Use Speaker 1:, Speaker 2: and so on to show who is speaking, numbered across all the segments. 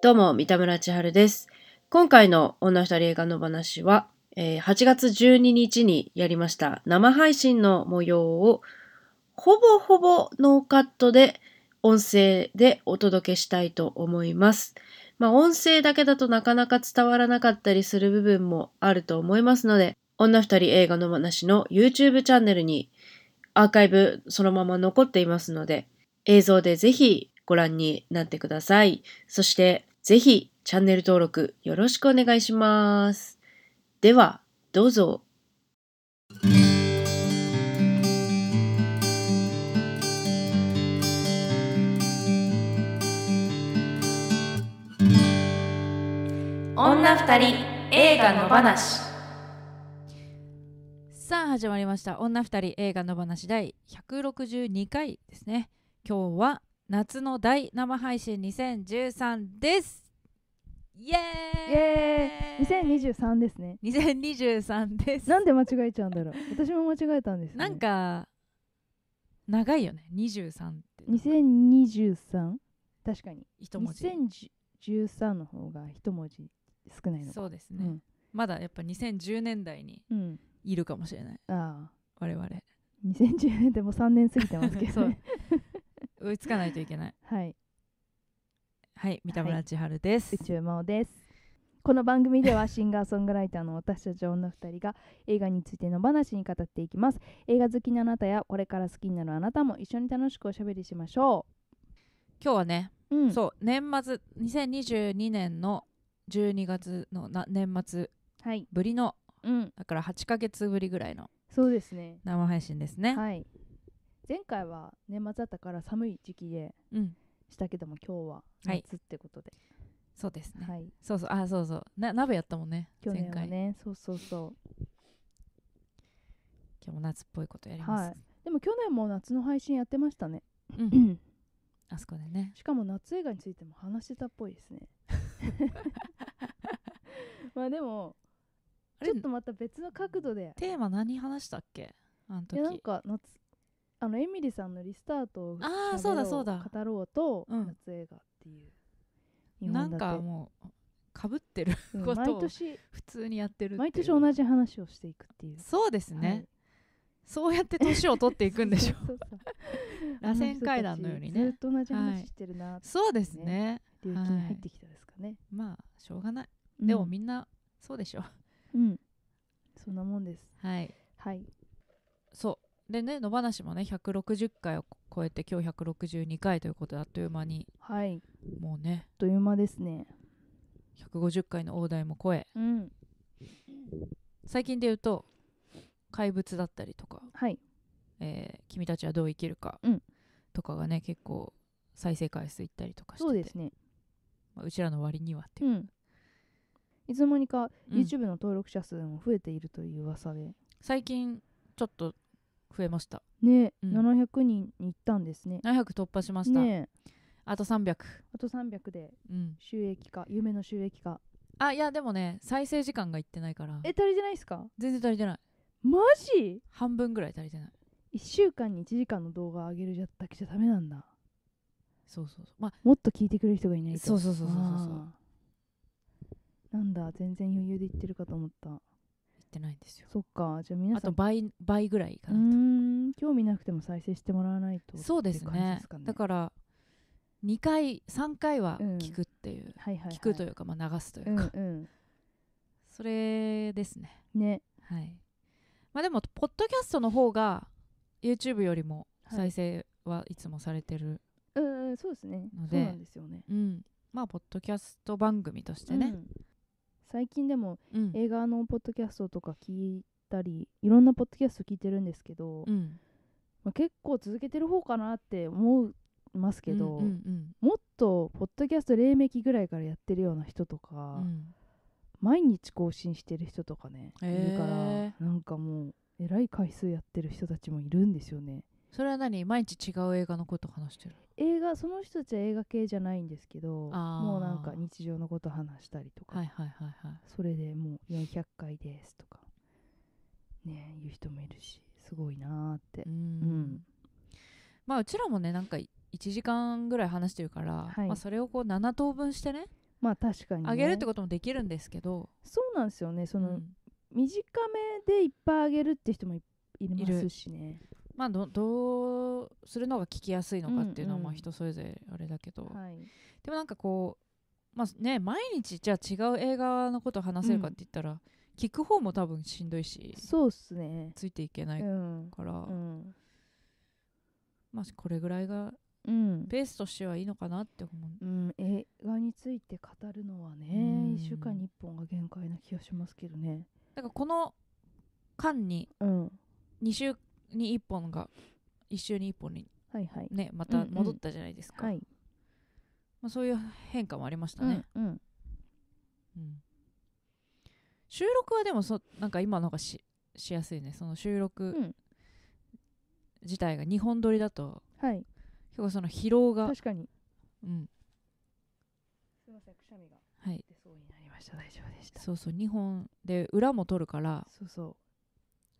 Speaker 1: どうも、三田村千春です。今回の女二人映画の話は、えー8月12日にやりました生配信の模様を、ほぼほぼノーカットで音声でお届けしたいと思います。まあ、音声だけだとなかなか伝わらなかったりする部分もあると思いますので、女二人映画の話の YouTube チャンネルにアーカイブそのまま残っていますので、映像でぜひご覧になってください。そして、ぜひチャンネル登録よろしくお願いします。では、どうぞ。
Speaker 2: 女二人映画の話
Speaker 3: さあ始まりました女二人映画の話第162回ですね今日は夏の大生配信2013ですイエ
Speaker 4: イエ
Speaker 3: ーイ
Speaker 4: 2023ですね。
Speaker 3: 2023です
Speaker 4: なんで間違えちゃうんだろう。私も間違えたんです、ね。
Speaker 3: なんか長いよね23って
Speaker 4: 2023確かに。
Speaker 3: 一文字
Speaker 4: 2013の方が一文字少ないのか。
Speaker 3: そうです
Speaker 4: う
Speaker 3: ね、まだやっぱ2010年代に
Speaker 4: ん。
Speaker 3: いるかもしれない
Speaker 4: うん。ああ。
Speaker 3: 我 々
Speaker 4: 2010年でも3年過ぎてますけ
Speaker 3: そ
Speaker 4: ど、
Speaker 3: う
Speaker 4: ね。
Speaker 3: 追いつかないといけない
Speaker 4: はい。
Speaker 3: はい三田村千春です、
Speaker 4: 宇宙魔王です。この番組ではシンガーソングライターの私たち女二人が映画についての話に語っていきます。映画好きなあなたやこれから好きになるあなたも一緒に楽しくおしゃべりしましょ
Speaker 3: 今日はね
Speaker 4: う。うん。う。
Speaker 3: そう年末2022年の12月のな年末
Speaker 4: はい。
Speaker 3: ぶりの
Speaker 4: うん。
Speaker 3: だから8ヶ月ぶりぐらいの
Speaker 4: そうですね。
Speaker 3: 生配信ですね、
Speaker 4: はい。前回は年末だったから寒い時期で
Speaker 3: うん
Speaker 4: したけども今日は
Speaker 3: はい
Speaker 4: 夏ってことで、
Speaker 3: そうですね、
Speaker 4: はい。
Speaker 3: そうそうあそうそうな鍋やったもんね
Speaker 4: 去年は
Speaker 3: 前回
Speaker 4: ね、そうそうそう。
Speaker 3: 今日も夏っぽいことやります、
Speaker 4: はでも去年も夏の配信やってましたね。
Speaker 3: うん、あそこでね
Speaker 4: しかも夏映画についても話してたっぽ いですね。まあでも
Speaker 3: あ
Speaker 4: ち
Speaker 3: れ
Speaker 4: ょっとまた別の角度で。
Speaker 3: テーマ何話したっけあの
Speaker 4: い
Speaker 3: 時
Speaker 4: やなんか夏あのエミリさんのリスタートを
Speaker 3: あー
Speaker 4: 喋ろ
Speaker 3: そうだそうだ
Speaker 4: 語ろうと、
Speaker 3: うん
Speaker 4: 夏映画っていう日
Speaker 3: な
Speaker 4: 本
Speaker 3: ん
Speaker 4: だ
Speaker 3: か
Speaker 4: って
Speaker 3: もうかぶってる
Speaker 4: うん
Speaker 3: ことを
Speaker 4: 毎年
Speaker 3: 普通にやってるっていう
Speaker 4: 毎年同じ話をしていくっていう。
Speaker 3: そうですね、
Speaker 4: はい
Speaker 3: そうやって年を取っていくんでしょ
Speaker 4: そうそうそう
Speaker 3: 螺旋階段のように
Speaker 4: あ人
Speaker 3: ね
Speaker 4: たちずっと同じ
Speaker 3: は
Speaker 4: 話
Speaker 3: い
Speaker 4: してるなって
Speaker 3: そうですね
Speaker 4: いう気に入ってきたですかね。
Speaker 3: まあしょうがない
Speaker 4: うん
Speaker 3: でもみんなそうでしょ。
Speaker 4: うん、そんなもんです。
Speaker 3: はい。
Speaker 4: はい。
Speaker 3: そう。でね、野放しもね、160回を超えて、今日162回ということで、あっという間に、
Speaker 4: はい。あ
Speaker 3: もうね、
Speaker 4: っという間ですね。
Speaker 3: 150回の大台も超え、
Speaker 4: うん。
Speaker 3: 最近で言うと、怪物だったりとか、
Speaker 4: はい。
Speaker 3: えー君たちはどう生きるか
Speaker 4: うん
Speaker 3: とかがね、結構再生回数いったりとかしてて、
Speaker 4: そうですね。
Speaker 3: まあ、うちらの割にはっていうう。
Speaker 4: ん。いつの間にか
Speaker 3: うん
Speaker 4: YouTube の登録者数も増えているという噂で。
Speaker 3: 最近、ちょっと増えました。
Speaker 4: ね、
Speaker 3: うん
Speaker 4: 700人に行ったんですね。
Speaker 3: 700突破しました。
Speaker 4: ねえ
Speaker 3: あと300。
Speaker 4: あと300で
Speaker 3: うん。
Speaker 4: 収益化、夢の収益化。
Speaker 3: あ、いや、でもね、再生時間がいってないから、
Speaker 4: え、足りてないですか
Speaker 3: 全然足りてない。
Speaker 4: マジ
Speaker 3: 半分ぐらい足りてない。
Speaker 4: ?1 週間に1時間の動画上げるじゃだけじゃダメなんだ。
Speaker 3: そうそうそう。まあ、
Speaker 4: もっと聞いてくれる人がいないと
Speaker 3: そうそうそうそうそうそう
Speaker 4: あーなんだ全然余裕で言ってるかと思った
Speaker 3: 言ってないんですよ。
Speaker 4: そっかじゃあ皆
Speaker 3: あ
Speaker 4: さ
Speaker 3: と
Speaker 4: ん
Speaker 3: 倍、倍ぐらいいうか
Speaker 4: ー
Speaker 3: ないと。
Speaker 4: ん興味なくても再生してもらわないと
Speaker 3: そうです
Speaker 4: っていう感じ
Speaker 3: ね
Speaker 4: ですかね
Speaker 3: だから、2回、3回は
Speaker 4: うん
Speaker 3: 聞くっていう。
Speaker 4: はいはい、はい、
Speaker 3: 聞くといううか、まあ、流すといううか、
Speaker 4: ん
Speaker 3: それですね。
Speaker 4: うんね
Speaker 3: はい。まあでも、ポッドキャストの方が、YouTube よりも
Speaker 4: は
Speaker 3: 再
Speaker 4: い
Speaker 3: 生はいつもされてる。
Speaker 4: うんうんそうですね
Speaker 3: ので
Speaker 4: そうなんですよね
Speaker 3: うん。まあ、ポッドキャスト番組としてね
Speaker 4: う。ん最近でも
Speaker 3: うん。
Speaker 4: 映画のポッドキャストとか聞いたりいろんなポッドキャスト聞いてるんですけど、
Speaker 3: うん
Speaker 4: まあ、結構続けてる方かなって思いますけど、
Speaker 3: うんうん
Speaker 4: もっとポッドキャスト黎明期ぐらいからやってるような人と
Speaker 3: う
Speaker 4: か、
Speaker 3: んうん
Speaker 4: 毎日更新してる人とかね、いるか
Speaker 3: へ
Speaker 4: らなんかもうえらい回数やってる人たちもいるんですよね
Speaker 3: それは何毎日違う映画のこと話してる
Speaker 4: 映画その人たちは映画系じゃないんですけど
Speaker 3: あー
Speaker 4: もうなんか日常のこと話したりとか、
Speaker 3: はいはいはいはい。
Speaker 4: それでもう400回ですとかね言う人もいるしすごいなーって
Speaker 3: う、
Speaker 4: うん
Speaker 3: んまあうちらもねなんか1時間ぐらい話してるから、
Speaker 4: はい
Speaker 3: まあ、それをこう7等分してね
Speaker 4: まあ確かに、ね、
Speaker 3: あげるってこともできるんですけど、
Speaker 4: そうなんですよねその、
Speaker 3: うん
Speaker 4: 短めでいっぱいあげるって人もいいますしね
Speaker 3: まあどどうするのが聞きやすいのかっていうのはま
Speaker 4: うん
Speaker 3: あ
Speaker 4: うん
Speaker 3: 人それぞれあれだけど、
Speaker 4: はい
Speaker 3: でもなんかこう、まあね、毎日じゃあ違う映画のことを話せるかって言ったら、聞く方も多分しんどいし
Speaker 4: そうっすね
Speaker 3: ついていけないうか
Speaker 4: ん
Speaker 3: ら、
Speaker 4: うん
Speaker 3: まあこれぐらいが
Speaker 4: うん、
Speaker 3: ベースとしてはいいのかなって思う
Speaker 4: うん、映画について語るのは
Speaker 3: うん
Speaker 4: ね1週間に1本が限界な気がしますけどね
Speaker 3: なんかこの間に
Speaker 4: うんは
Speaker 3: 2週に1本が1週に1本に
Speaker 4: いはい
Speaker 3: ねま
Speaker 4: うん
Speaker 3: た
Speaker 4: うん
Speaker 3: 戻ったじゃないですか、
Speaker 4: はい
Speaker 3: まあ、そういう変化もありましたね、
Speaker 4: うんうん
Speaker 3: うん収録はでもそなんか今の方がししやすいねその収
Speaker 4: う
Speaker 3: 録
Speaker 4: ん
Speaker 3: 自体が2本撮りだと
Speaker 4: はい
Speaker 3: 結構その疲労が、
Speaker 4: 確かに
Speaker 3: うん
Speaker 4: すいませんくしゃみが
Speaker 3: はい、
Speaker 4: 出そうになりました大丈夫でした
Speaker 3: そうそう2本で裏も撮るから
Speaker 4: そうそ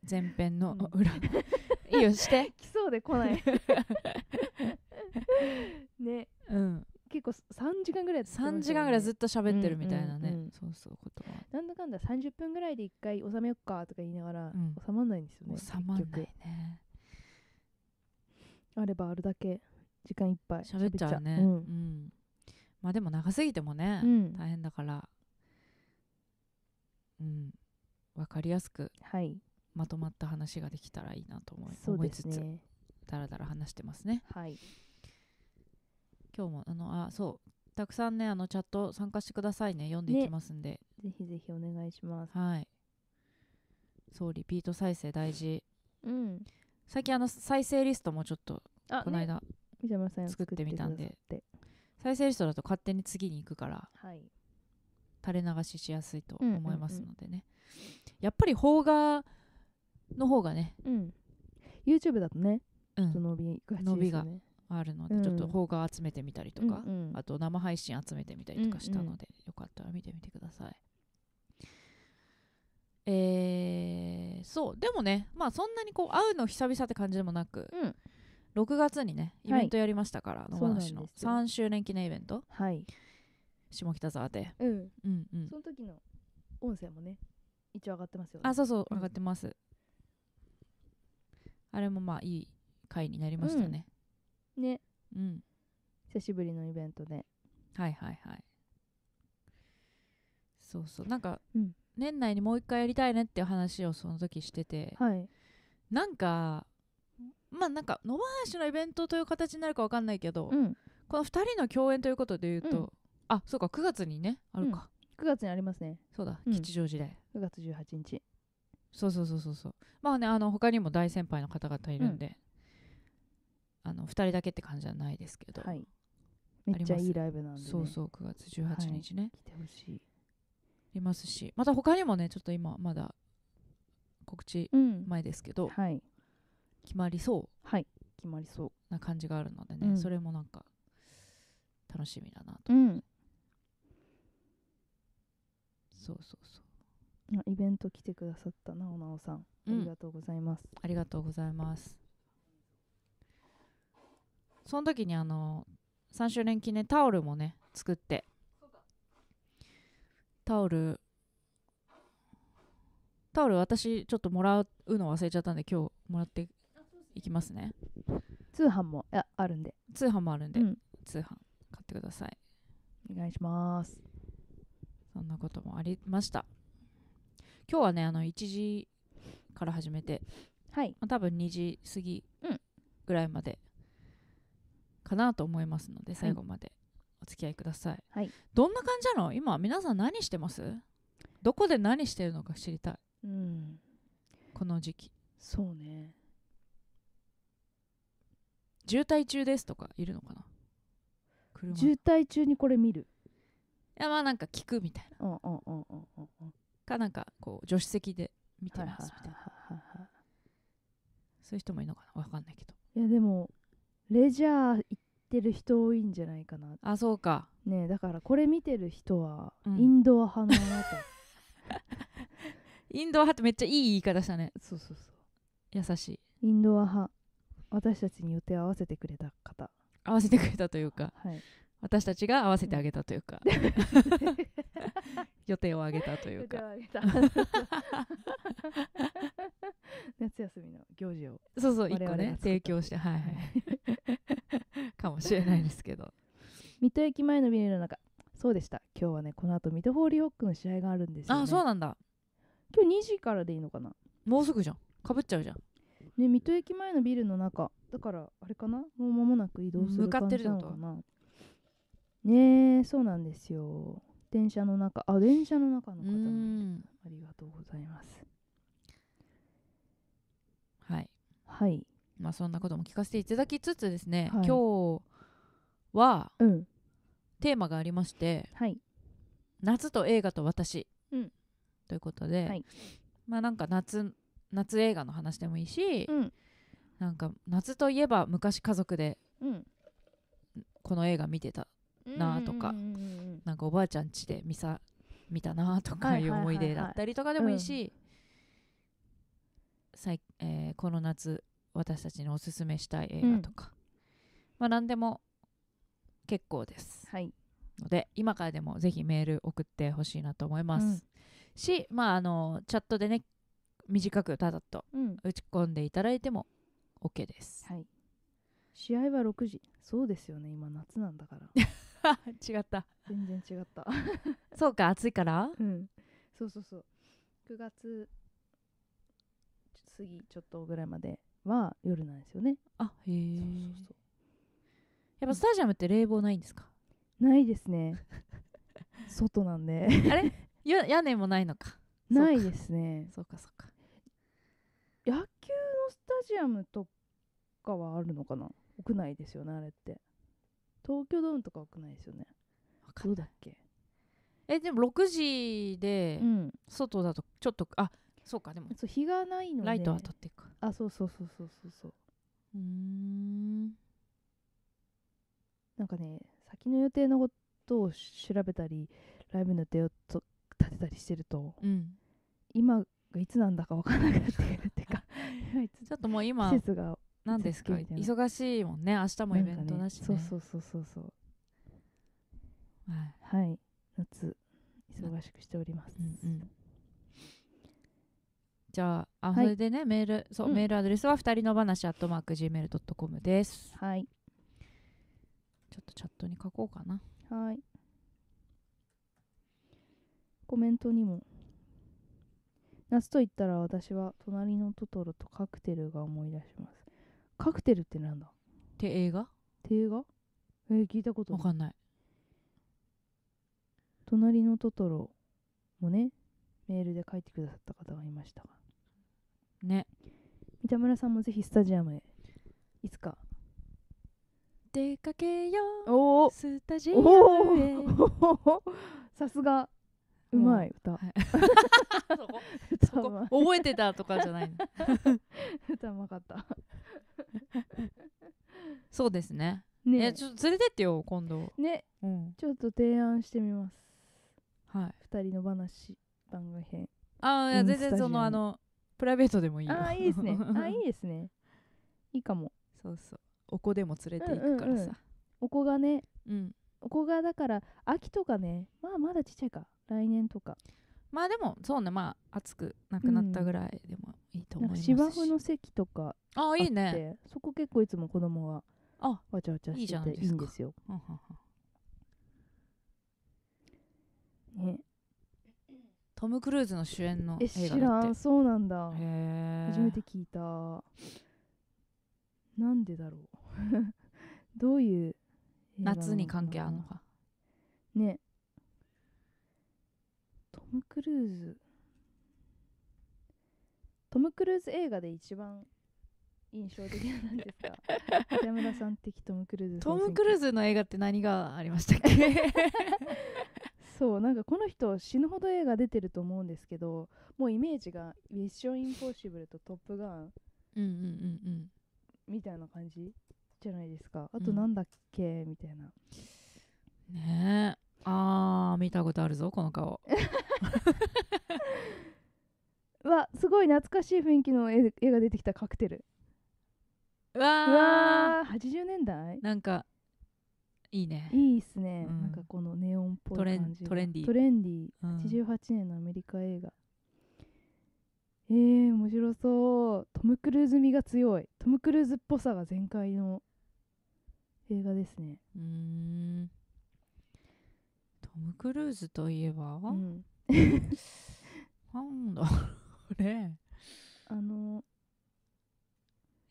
Speaker 3: 前編の
Speaker 4: う
Speaker 3: 裏いいよして
Speaker 4: う、来そうで来ないね
Speaker 3: うん、
Speaker 4: 結構3時間ぐらいやってましたもん
Speaker 3: 3
Speaker 4: ね
Speaker 3: 時間ぐらいずっと喋ってるみたいなね、
Speaker 4: うんうんうん
Speaker 3: そうそうことは
Speaker 4: なんだかんだ30分ぐらいで一回収めよっかとか言いながら、
Speaker 3: うん
Speaker 4: 収まんないんですよね
Speaker 3: 収まん
Speaker 4: 結
Speaker 3: ない
Speaker 4: 局
Speaker 3: ね
Speaker 4: あればあるだけ時間いっぱい
Speaker 3: 喋っちゃうね
Speaker 4: う
Speaker 3: うん、
Speaker 4: ん、
Speaker 3: まあでも長すぎてもね、
Speaker 4: うん
Speaker 3: 大変だからうんわかりやすく
Speaker 4: はい
Speaker 3: まとまった話ができたらいいなと思い,、
Speaker 4: そう
Speaker 3: 思い
Speaker 4: で
Speaker 3: つ
Speaker 4: す
Speaker 3: つ
Speaker 4: ね
Speaker 3: だらだら話してますね
Speaker 4: はい
Speaker 3: 今日もあのあそうたくさんねあのチャット参加してくださいね読んでい
Speaker 4: ね
Speaker 3: きますんで、
Speaker 4: ぜひぜひお願いします
Speaker 3: はいそうリピート再生大事
Speaker 4: うん
Speaker 3: 最近あの再生リストもちょっと
Speaker 4: あ
Speaker 3: この間、
Speaker 4: 三山さん
Speaker 3: 作ってみたんで
Speaker 4: 作ってくださって
Speaker 3: 再生リストだと勝手に次に行くから
Speaker 4: はい
Speaker 3: 垂れ流ししやすいと
Speaker 4: うんうんうん
Speaker 3: 思いますのでね、やっぱり邦画の方がね、
Speaker 4: うん YouTube だとね
Speaker 3: う
Speaker 4: ちょっと
Speaker 3: ん、
Speaker 4: 伸びがちですね
Speaker 3: 伸びがあるので、
Speaker 4: うん
Speaker 3: ちょっと邦画集めてみたりとか、
Speaker 4: うんうん
Speaker 3: あと生配信集めてみたりとかしたので、よかったら見てみてください。えー、そうでもねまあそんなにこう会うの久々って感じでもなく、
Speaker 4: うん
Speaker 3: 6月にねイベントやりましたから、野放し
Speaker 4: そうなん
Speaker 3: の
Speaker 4: ですよ
Speaker 3: 3周年記念イベント
Speaker 4: はい
Speaker 3: 下北沢で、
Speaker 4: うん
Speaker 3: うんうん
Speaker 4: そ、の時の音声もね一応上がってますよね
Speaker 3: あそうそう
Speaker 4: うん
Speaker 3: 上がってます、あれもまあいい回になりましたね
Speaker 4: ね
Speaker 3: うん、
Speaker 4: 久しぶりのイベントで
Speaker 3: はいはいはいそうそうなんか、
Speaker 4: うん
Speaker 3: 年内にもう一回やりたいねっていう話をその時してて
Speaker 4: はい
Speaker 3: なんかまあなんか野放しのイベントという形になるかわかんないけど、
Speaker 4: うん
Speaker 3: この2人の共演ということで言うと、
Speaker 4: うん
Speaker 3: あそうか9月にねあるか、
Speaker 4: 9月にありますね
Speaker 3: そうだ
Speaker 4: うん
Speaker 3: 吉祥寺で、
Speaker 4: 9月18日
Speaker 3: そうそうそうそうそうまあねあの他にも大先輩の方々いるんで、あの2人だけって感じじゃないですけど、
Speaker 4: はいめっちゃいいライブなんで、ね、
Speaker 3: そうそう9月18日ね、
Speaker 4: 来てほしい
Speaker 3: い、ますしまた他にもねちょっと今まだ告知
Speaker 4: うん
Speaker 3: 前ですけど、
Speaker 4: はい
Speaker 3: 決まりそ
Speaker 4: はい決まりそう
Speaker 3: な感じがあるのでね、
Speaker 4: うん
Speaker 3: それもなんか楽しみだなと、
Speaker 4: ううん
Speaker 3: そうそうそう
Speaker 4: あイベント来てくださったなおなおさんあ
Speaker 3: うん
Speaker 4: りがとうございます、
Speaker 3: ありがとうございますその時にあの3周年記念タオルもね作ってタオルタオル私ちょっともらうの忘れちゃったんで今日もらっていきますね
Speaker 4: 通販もああるんで
Speaker 3: 通販もあるんで、
Speaker 4: うん
Speaker 3: 通販買ってください
Speaker 4: お願いします
Speaker 3: そんなこともありました今日はねあの1時から始めて
Speaker 4: はい
Speaker 3: まあ、多分2時過ぎ
Speaker 4: うん
Speaker 3: ぐらいまでかなと思いますので、最後までお付き合いください、
Speaker 4: はい
Speaker 3: どんな感じなの今皆さん何してますどこで何してるのか知りたい
Speaker 4: うん
Speaker 3: この時期
Speaker 4: そうね
Speaker 3: 渋滞中ですとかいるのかな車い
Speaker 4: 渋滞中にこれ見る
Speaker 3: やまあなんか聞くみたいな
Speaker 4: うんうんうんうんうんうん
Speaker 3: かなんかこう助手席で見て
Speaker 4: はいはい
Speaker 3: ま
Speaker 4: はい
Speaker 3: すみたいな、
Speaker 4: はいは
Speaker 3: そういう人もいるのかなわかんないけど
Speaker 4: いいやでもレジャー行ってる人多いんじゃないかな
Speaker 3: あそうか
Speaker 4: ねえだからこれ見てる人は
Speaker 3: うん
Speaker 4: インドア派のあなた、
Speaker 3: インドア派ってめっちゃいい言い方したね
Speaker 4: そうそうそう
Speaker 3: 優しい
Speaker 4: インドア派私たちに予定を合わせてくれた方
Speaker 3: 合わせてくれたというか
Speaker 4: はい
Speaker 3: 私たちが合わせてあげたというか予定をあげたという
Speaker 4: 腕を
Speaker 3: か
Speaker 4: 上げた 夏休みの行事を
Speaker 3: そうそう
Speaker 4: 我々
Speaker 3: 一個
Speaker 4: が作
Speaker 3: ね
Speaker 4: った
Speaker 3: 提供してはいはいかもしれない ですけど
Speaker 4: 水戸駅前のビルの中そうでした今日はねこの後水戸ホーリーホックの試合があるんですよ、ね、
Speaker 3: あそう
Speaker 4: な
Speaker 3: なんだ
Speaker 4: 今日2時からでいいのかな
Speaker 3: もうすぐじゃんかぶっちゃうじゃん
Speaker 4: ね水戸駅前のビルの中だからあれかなもう間もなく移動す
Speaker 3: 向
Speaker 4: る
Speaker 3: かっ
Speaker 4: 感
Speaker 3: て
Speaker 4: じ
Speaker 3: る
Speaker 4: なの
Speaker 3: ってこ
Speaker 4: か
Speaker 3: と
Speaker 4: なねえそうなんですよ電車の中あ電車の中の
Speaker 3: う
Speaker 4: 方
Speaker 3: ー
Speaker 4: も
Speaker 3: ん
Speaker 4: ありがとうございます
Speaker 3: はい
Speaker 4: はい
Speaker 3: まあそんなことも聞かせていただきつつですね、
Speaker 4: はい
Speaker 3: 今日は
Speaker 4: うん
Speaker 3: テーマがありまして
Speaker 4: はい
Speaker 3: 夏と映画と私、
Speaker 4: うん
Speaker 3: ということで、
Speaker 4: はい
Speaker 3: まあなんか夏夏映画の話でもいいし、
Speaker 4: うん
Speaker 3: なんか夏といえば昔家族で
Speaker 4: うん
Speaker 3: この映画見てたなあとか
Speaker 4: うんうんうんうん
Speaker 3: なんかおばあちゃん家で見さ見たなあとか
Speaker 4: はい
Speaker 3: い
Speaker 4: はいう
Speaker 3: 思
Speaker 4: はいはい
Speaker 3: い出だったりとかでもいいし、さいえーこの夏私たちにおすすめしたい映画とか、まあ何でも結構です
Speaker 4: はい
Speaker 3: ので今からでもぜひメール送ってほしいなと思います、
Speaker 4: うん
Speaker 3: しまああのチャットでね短くただと
Speaker 4: うん
Speaker 3: 打ち込んでいただいても OK です
Speaker 4: はい試合は6時そうですよね今夏なんだから
Speaker 3: 違った
Speaker 4: 全然違った
Speaker 3: そうか暑いから
Speaker 4: うん、そうそうそう9月過ぎちょっとぐらいまでは夜なんですよね、
Speaker 3: あへえ
Speaker 4: そうそうそ
Speaker 3: やっぱスタジアムって冷房ないんですか
Speaker 4: うないです ね外なん で
Speaker 3: や屋根もないのか
Speaker 4: ないですね
Speaker 3: そうかそうか
Speaker 4: 野球のスタジアムとかはあるのかな屋内ですよねあれって東京ドームとか屋内ですよね
Speaker 3: わか
Speaker 4: ど
Speaker 3: ん
Speaker 4: う
Speaker 3: な
Speaker 4: だ
Speaker 3: い
Speaker 4: っけ
Speaker 3: えでも6時で
Speaker 4: うん
Speaker 3: 外だとちょっとあそうかでも
Speaker 4: そう日がないので
Speaker 3: ライトは当たっていくか
Speaker 4: あそうそうそうそうそうそう
Speaker 3: うーん
Speaker 4: なんかね先の予定のことを調べたりライブの予定をと立てたりしてると
Speaker 3: うん
Speaker 4: 今がいつなんだか分からなくなってくるっていう か今いつ
Speaker 3: ちょっともう
Speaker 4: 季
Speaker 3: 今
Speaker 4: 節が
Speaker 3: 何ですか
Speaker 4: 季節系みたい
Speaker 3: 忙しいもんね明日もイベントだしね
Speaker 4: なんかそうそうそうそうそう
Speaker 3: はい
Speaker 4: はい夏忙しくしております、
Speaker 3: うんうんじゃああ、
Speaker 4: はい
Speaker 3: それでねメールそう、
Speaker 4: うん
Speaker 3: メールアドレスは二人の話アットマーク Gmail.com です
Speaker 4: はい
Speaker 3: ちょっとチャットに書こうかな
Speaker 4: はいコメントにも夏と言ったら私は隣のトトロとカクテルが思い出しますカクテルってなんだ
Speaker 3: て映画
Speaker 4: 映画えー聞いたこと
Speaker 3: わ
Speaker 4: ない
Speaker 3: かんない
Speaker 4: 隣のトトロもねメールで書いてくださった方がいましたが
Speaker 3: ね
Speaker 4: 三田村さんもぜひスタジアムへいつか
Speaker 3: 出かけよう
Speaker 4: お
Speaker 3: スタジアムへ
Speaker 4: おさすがうまい
Speaker 3: そ
Speaker 4: 歌、
Speaker 3: こ
Speaker 4: 歌
Speaker 3: そう
Speaker 4: ま
Speaker 3: こ覚えてたとかじゃないの
Speaker 4: い歌うまかった
Speaker 3: そうですね
Speaker 4: ね
Speaker 3: えちょっと連れてってよ今度
Speaker 4: ね
Speaker 3: うん
Speaker 4: ちょっと提案してみます
Speaker 3: はい
Speaker 4: 二人の話番外編
Speaker 3: ああいや
Speaker 4: イン
Speaker 3: 全
Speaker 4: スタ
Speaker 3: 然そ
Speaker 4: ジア
Speaker 3: の
Speaker 4: ム
Speaker 3: あのプライベートでもいいよ
Speaker 4: ああいいで すねあいいですねいいかも
Speaker 3: そうそうお子でも連れて行くからさ
Speaker 4: お子がね
Speaker 3: うん
Speaker 4: お子がだから秋とかねまあまだちっちゃいか来年とか
Speaker 3: まあでもそうねまあ暑くなくなったぐらいでもいいと思
Speaker 4: な
Speaker 3: ま
Speaker 4: いんか
Speaker 3: すし、
Speaker 4: 芝生の席とか
Speaker 3: ああ
Speaker 4: あって
Speaker 3: いいね
Speaker 4: そこ結構いつも子供が
Speaker 3: あ
Speaker 4: わちゃわちゃ
Speaker 3: いい
Speaker 4: し
Speaker 3: じゃ
Speaker 4: て
Speaker 3: ない
Speaker 4: て
Speaker 3: で
Speaker 4: い
Speaker 3: す
Speaker 4: い
Speaker 3: か
Speaker 4: んですよ
Speaker 3: うんうんうん
Speaker 4: ね
Speaker 3: トム・クルーズの主演の
Speaker 4: え
Speaker 3: 映
Speaker 4: 知
Speaker 3: 画
Speaker 4: ら
Speaker 3: だって
Speaker 4: んそうなんだ
Speaker 3: へえ
Speaker 4: 初めて聞いたなんでだろう どういう映画なのかな
Speaker 3: 夏に関係あるのか
Speaker 4: ねトム・クルーズトム・クルーズ映画で一番印象的な何です か北村さん的トム・クルーズ
Speaker 3: トム・クルー
Speaker 4: ズ
Speaker 3: ズの映画って何がありましたっ け
Speaker 4: そうなんかこの人死ぬほど映画出てると思うんですけどもうイメージが「ミッション・インポッシブル」と「トップガン」
Speaker 3: うんうんうんうん
Speaker 4: みたいな感じじゃないですかあ
Speaker 3: う
Speaker 4: と
Speaker 3: ん
Speaker 4: なんだっけ、みたいな
Speaker 3: ねえあー見たことあるぞこの顔
Speaker 4: うわすごい懐かしい雰囲気の絵絵が出てきたカクテル
Speaker 3: う
Speaker 4: う
Speaker 3: わー
Speaker 4: わー80年代
Speaker 3: なんかいいね
Speaker 4: いいっすね、
Speaker 3: うん
Speaker 4: なんかこのネオンっぽい
Speaker 3: トレン
Speaker 4: 感じが
Speaker 3: トレンディー
Speaker 4: トレンディー
Speaker 3: うん
Speaker 4: 88年のアメリカ映画、えー、面白そうトム・クルーズ味が強いトム・クルーズっぽさが全開の映画ですね、
Speaker 3: うーんトム・クルーズといえば、
Speaker 4: うん、
Speaker 3: なんだろう ね
Speaker 4: あの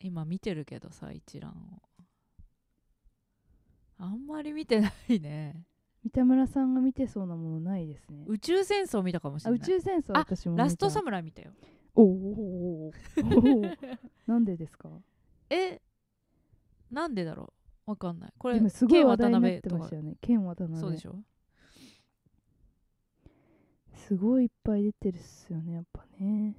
Speaker 3: 今見てるけどさ一覧をあんまり見てないね
Speaker 4: 三田村さんが見てそうなものないですね
Speaker 3: 宇宙戦争見たかもし
Speaker 4: あ
Speaker 3: れな
Speaker 4: 宇
Speaker 3: い
Speaker 4: 宙戦争
Speaker 3: あ
Speaker 4: 私も見た
Speaker 3: ラストサムライ見 たよ
Speaker 4: おおおーおーおーおーなんでですか
Speaker 3: えなんでだろうわかんないこれ
Speaker 4: でもすごい
Speaker 3: ケン
Speaker 4: 話題になっ
Speaker 3: 辺
Speaker 4: て
Speaker 3: と
Speaker 4: ま
Speaker 3: か
Speaker 4: したよね剣渡辺
Speaker 3: そうでしょ
Speaker 4: すごいいっぱい出てるっすよねやっぱね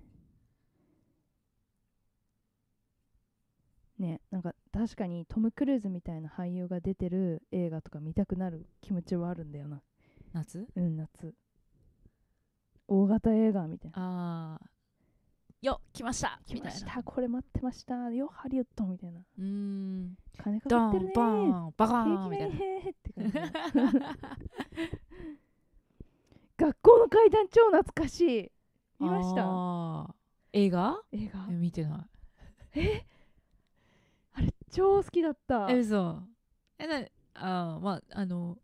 Speaker 4: ねなんか確かにトム・クルーズみたいな俳優が出てる映画とか見たくなる気持ちはあるんだよな
Speaker 3: 夏
Speaker 4: うん夏大型映画みたいな
Speaker 3: あーよ来ました
Speaker 4: 来まし
Speaker 3: みいな
Speaker 4: たこれ待ってましたよハリウッドみたいな
Speaker 3: うーん
Speaker 4: 金か
Speaker 3: ド
Speaker 4: かってる
Speaker 3: ン
Speaker 4: ね
Speaker 3: バーンバカーン
Speaker 4: 景
Speaker 3: み
Speaker 4: 気
Speaker 3: たい
Speaker 4: がいい
Speaker 3: な
Speaker 4: ねって感じの学校の階段超懐かしい 見ました
Speaker 3: あー映画
Speaker 4: 映画
Speaker 3: え見てない
Speaker 4: あれ超好きだった
Speaker 3: え嘘えなあーまああの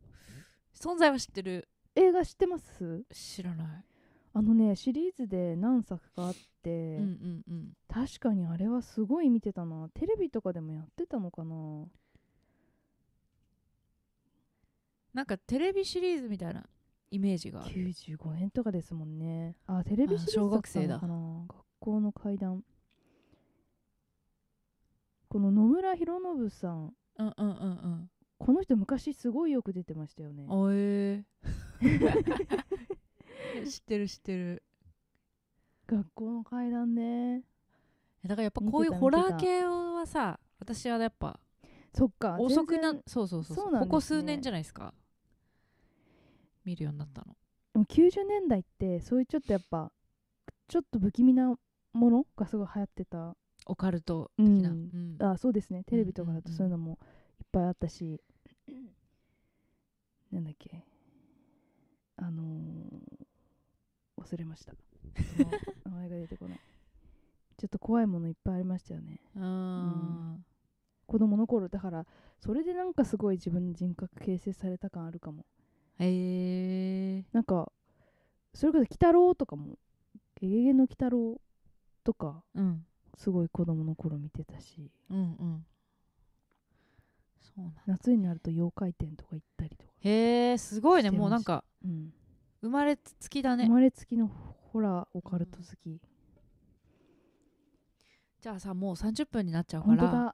Speaker 3: 存在は知ってる
Speaker 4: 映画知ってます
Speaker 3: 知らない、
Speaker 4: あのねシリーズで何作かあって、
Speaker 3: うんうんうん
Speaker 4: 確かにあれはすごい見てたなテレビとかでもやってたのかな
Speaker 3: なんかテレビシリーズみたいなイメージがある
Speaker 4: 95年とかですもんねあテレビシリーズ
Speaker 3: あ小
Speaker 4: だっ
Speaker 3: 学
Speaker 4: た
Speaker 3: 生だ
Speaker 4: のかな学校の階段この野村弘信さん
Speaker 3: うんうんうん
Speaker 4: この人昔すごいよく出てましたよね
Speaker 3: うんおえー 知ってる知ってる
Speaker 4: 学校の階段ね
Speaker 3: だからやっぱこうい
Speaker 4: 見て
Speaker 3: う
Speaker 4: た
Speaker 3: ホラー系はさ私はやっぱ
Speaker 4: そっか
Speaker 3: 遅く
Speaker 4: 全
Speaker 3: な
Speaker 4: 然
Speaker 3: そうそうそう
Speaker 4: そうなんです
Speaker 3: こ
Speaker 4: ね
Speaker 3: こ数年じゃないですか見るようになったの
Speaker 4: でも90年代ってそういうちょっとやっぱちょっと不気味なものがすごい流行ってた
Speaker 3: オカルト的な、
Speaker 4: う
Speaker 3: うんん
Speaker 4: あそうですねテレビとかだ
Speaker 3: うんう
Speaker 4: と
Speaker 3: んうん
Speaker 4: そういうのもいっぱいあったし、なんだっけあのー忘れましたその名前が出てこないちょっと怖いものいっぱいありましたよね
Speaker 3: あ
Speaker 4: 子供の頃だからそれでなんかすごい自分の人格形成された感あるかも
Speaker 3: ーへえ
Speaker 4: なんかそれこそ「鬼太郎」とかも「ゲゲゲの鬼太郎」とか
Speaker 3: うん
Speaker 4: すごい子供の頃見てたし
Speaker 3: うんうんそうなんだ
Speaker 4: 夏になると妖怪展とか行ったりとか、
Speaker 3: へえすごい
Speaker 4: して
Speaker 3: ね
Speaker 4: ました
Speaker 3: もうなんか
Speaker 4: うん、
Speaker 3: 生まれつきだね
Speaker 4: 生まれつきのホラーオカルト好き、
Speaker 3: じゃあさもう30分になっちゃうか
Speaker 4: 本当
Speaker 3: ら
Speaker 4: だ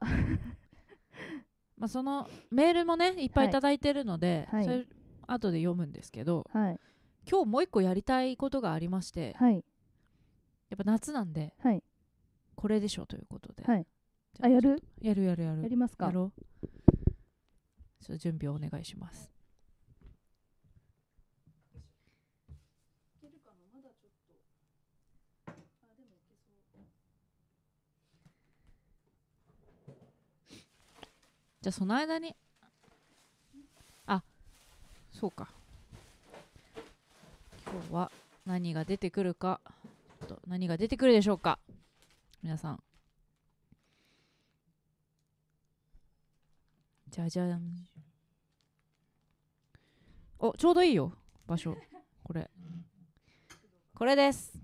Speaker 3: まあ、そのメールもねいっぱいいただいてるので、
Speaker 4: はい
Speaker 3: それ後で読むんですけど
Speaker 4: はい
Speaker 3: 今日もう一個やりたいことがありまして、
Speaker 4: はい
Speaker 3: やっぱ夏なんで
Speaker 4: はい
Speaker 3: これでしょということで、
Speaker 4: はい
Speaker 3: じゃ
Speaker 4: あやる
Speaker 3: やるやるやる
Speaker 4: やりますか
Speaker 3: やろうちょっと準備をお願いしますじゃあその間にあそうか今日は何が出てくるかちょっと何が出てくるでしょうか皆さんじゃじゃんおちょうどいいよ場所これこれです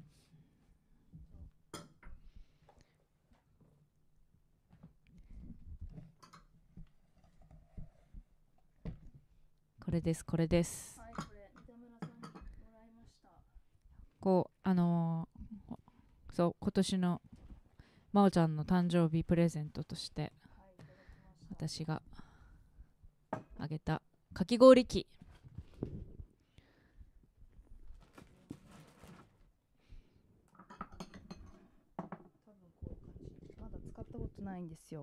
Speaker 3: これですこれですこうあのーそう今年の真央ちゃんの誕生日プレゼントとして私があげたかき氷機
Speaker 4: まだ使ったことないんですよ、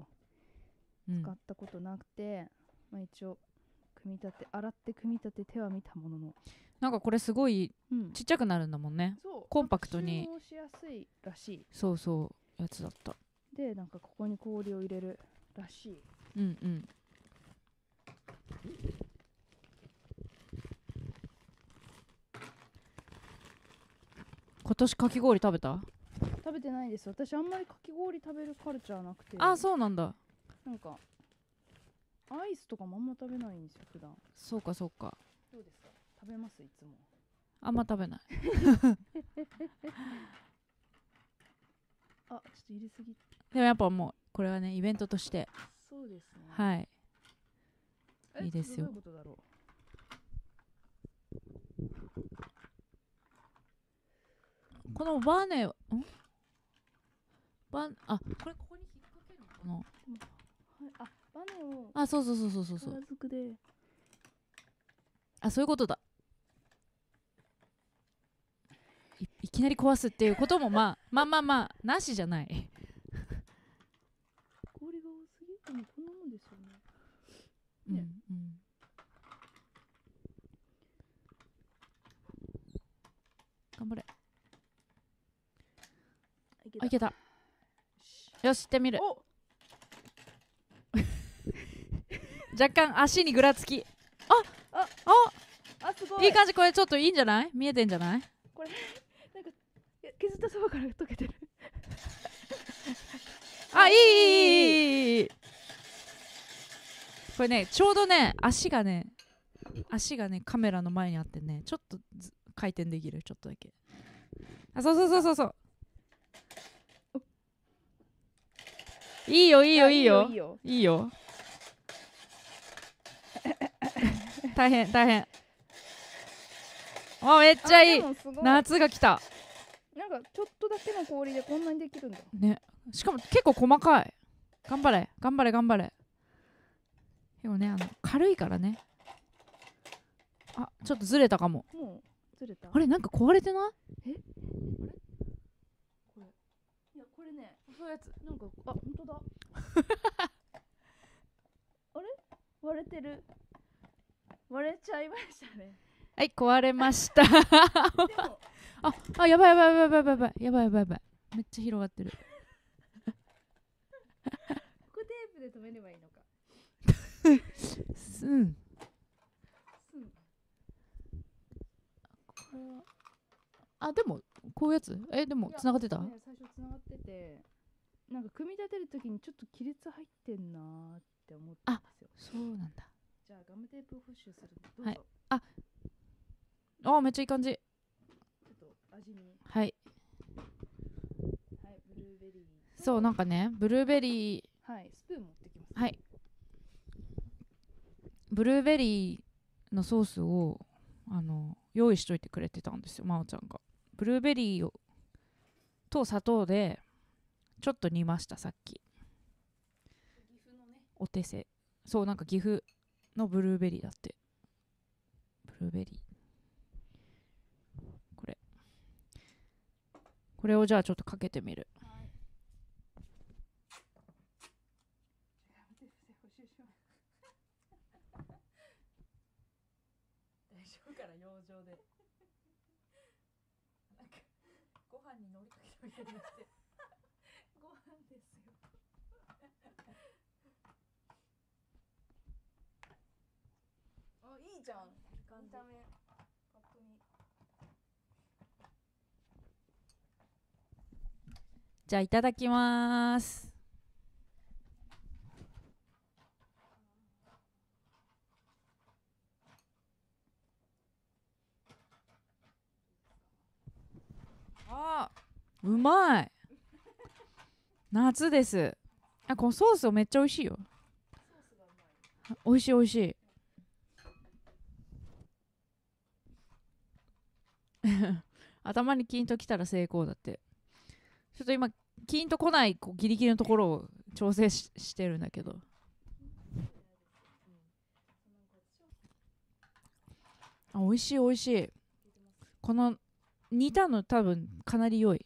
Speaker 3: うん
Speaker 4: 使ったことなくて、まあ、一応組み立て洗って組み立て手は見たものの、
Speaker 3: なんかこれすごい
Speaker 4: うん
Speaker 3: ちっちゃくなるんだもんね
Speaker 4: そう
Speaker 3: コンパクトに
Speaker 4: 収納しやすいらしい
Speaker 3: そうそうやつだった
Speaker 4: でなんかここに氷を入れるらしい
Speaker 3: うんうん今年かき氷食べた
Speaker 4: 食べてないです私あんまりかき氷食べるカルチャーなくて
Speaker 3: あそうなんだ
Speaker 4: なんかアイスとかもあんま食べないんですよ普段
Speaker 3: そうかそうか
Speaker 4: どうですか食べますいつも
Speaker 3: あんま食べない
Speaker 4: あちょっと入れすぎ
Speaker 3: でもやっぱもうこれはねイベントとして
Speaker 4: そうですね
Speaker 3: はい
Speaker 4: え
Speaker 3: いいですよ
Speaker 4: どういうことだろ
Speaker 3: このバネんバネあこれここに引っ掛けるのか
Speaker 4: う、はい、あバネを
Speaker 3: なあそうそうそうそうそうそう
Speaker 4: 力ずくで
Speaker 3: あそういうことだいいきなり壊すっていうこともまあまあまあまあなしじゃない
Speaker 4: 氷が多すぎでもこんなもんですよね
Speaker 3: うんう
Speaker 4: ね
Speaker 3: ん頑張れ
Speaker 4: あ
Speaker 3: あ
Speaker 4: いけた
Speaker 3: いけたよし行ってみる
Speaker 4: お
Speaker 3: 若干足にぐらつき
Speaker 4: あすごい
Speaker 3: いい感じこれちょっといいんじゃない見えてんじゃない
Speaker 4: なんかいや削ったそばから溶けてる
Speaker 3: あいいいいいいいいいいこれねちょうどね足がね足がねカメラの前にあってねちょっとず回転できるちょっとだけあそうそうそうそうそういいよいいよいいよ
Speaker 4: いいよ
Speaker 3: いいよ大変大変あめっちゃいい
Speaker 4: あでもすごいなんか
Speaker 3: 夏が来た
Speaker 4: ちょっとだけの氷でこんなにできるんだ
Speaker 3: ねしかも結構細かい頑張れ頑張れ頑張れでもねあの軽いからねあちょっとずれたかも
Speaker 4: もうずれた
Speaker 3: あれなんか壊れてない
Speaker 4: いやこれね
Speaker 3: そういうやつ
Speaker 4: なんかあ本当 だあれ割れてる割れちゃいました ね
Speaker 3: はい壊れました
Speaker 4: でも
Speaker 3: ああやばいやばいやばいやばいやばいやばいやばいやばいめっちゃ広がってる
Speaker 4: ここテープで止めればいいのか
Speaker 3: すうん
Speaker 4: うん
Speaker 3: これはあでもこういうやつえでも
Speaker 4: いや
Speaker 3: つながってた
Speaker 4: ね最初つながっててなんか組み立てるときにちょっと亀裂入ってんなーって思ったんですよ
Speaker 3: そうなんだ
Speaker 4: じゃあガムテープ補修するんでどうぞ、
Speaker 3: はいあめっちゃいい感じ
Speaker 4: ちょっと味見
Speaker 3: はい
Speaker 4: はいブルーベリー
Speaker 3: そうなんかねブルーベリー
Speaker 4: はいスプーン持ってきます
Speaker 3: はいブルーベリーのソースをあの用意しといてくれてたんですよまおちゃんがブルーベリーをと砂糖でちょっと煮ましたさっきお手製そうなんか岐阜のブルーベリーだってブルーベリーこれこれをじゃあちょっとかけてみるじゃあいただきます。あーうまい夏ですあこのソースめっちゃ美味しいよあ美味しい美味しい 頭にキンときたら成功だってちょっと今キーンとこないこうギリギリのところを調整ししてるんだけどあ美味しい美味しいこの煮たの多分かなり良い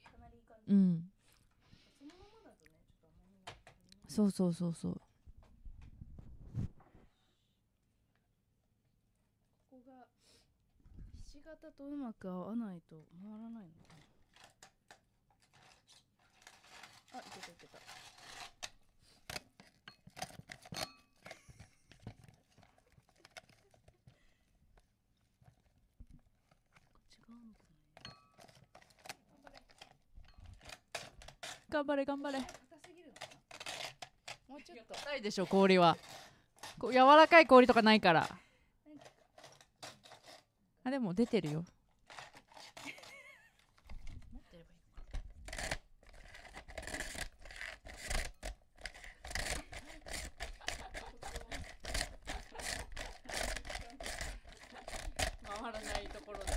Speaker 3: うんそうそうそうそう
Speaker 4: ここがひし形とうまく合わないと回らないのかなあいけたいけた違うのかな
Speaker 3: 頑張れ頑張れ
Speaker 4: 硬すぎるのかなもうちょっと
Speaker 3: 硬いでしょ氷はこう柔らかい氷とかないからあでも出てるよ回らないところで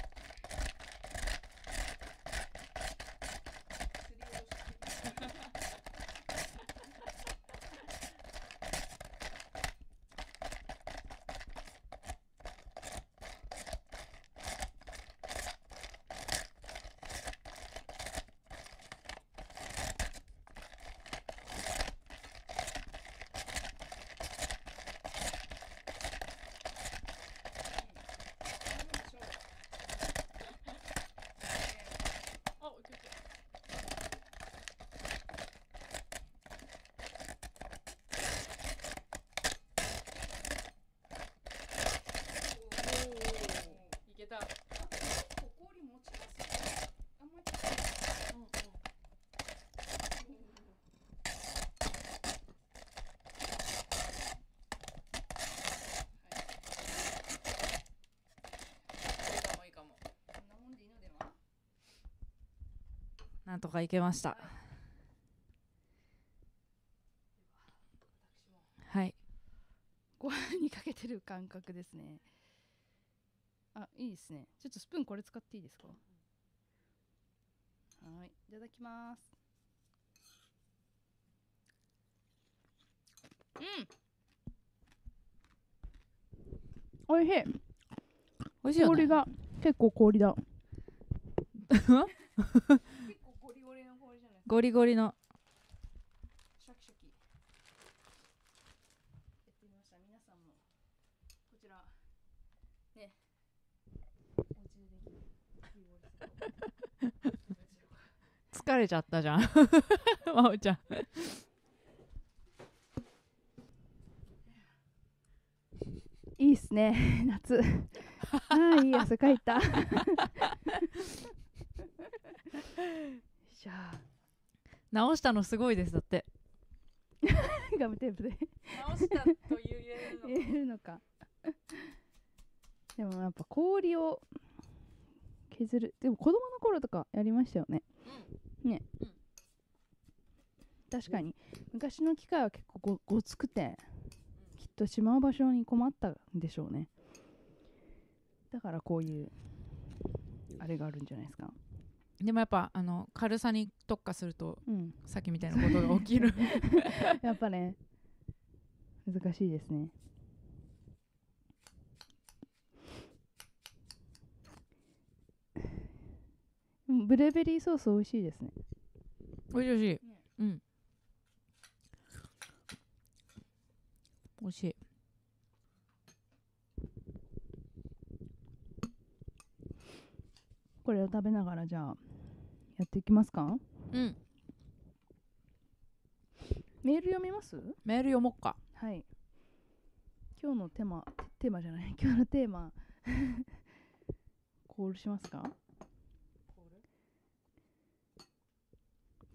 Speaker 3: いけた
Speaker 4: 氷持ちますあんまり
Speaker 3: かもいいかも
Speaker 4: こんなもんでいいのでは
Speaker 3: なんとかいけましたはい
Speaker 4: ご飯にかけてる感覚ですねあいいですねちょっとスプーンこれ使っていいですかはいいただきますうんおいしい
Speaker 3: 美味しいよね
Speaker 4: 氷が 結構氷だ結構ゴリゴリの氷じゃない
Speaker 3: ゴリゴリの
Speaker 4: シャキシャキやってみました皆さんもこちらねお家でできる冬を過ごす
Speaker 3: 疲れちゃったじゃん まおちゃん
Speaker 4: いいっすね夏ああいい汗かいたじゃあ
Speaker 3: 直したのすごいですだって
Speaker 4: ガムテープで
Speaker 3: 直したと言え
Speaker 4: 言えるのかでもやっぱ氷を削るでも子供の頃とかやりましたよね、ね、
Speaker 3: うん
Speaker 4: 確かに昔の機械は結構ごごつくてきっとしまう場所に困ったんでしょうねだからこういうあれがあるんじゃないですか
Speaker 3: でもやっぱあの軽さに特化すると
Speaker 4: うん
Speaker 3: さっきみたいなことが起き る
Speaker 4: やっぱね難しいですねうんブルーベリーソース美味しいですね
Speaker 3: 美味しい美味しいうん美味しい
Speaker 4: これを食べながらじゃあやっていきますか
Speaker 3: うん
Speaker 4: メール読みます
Speaker 3: メール読もうか
Speaker 4: はい今日のテーマテーマじゃない 今日のテーマコールしますか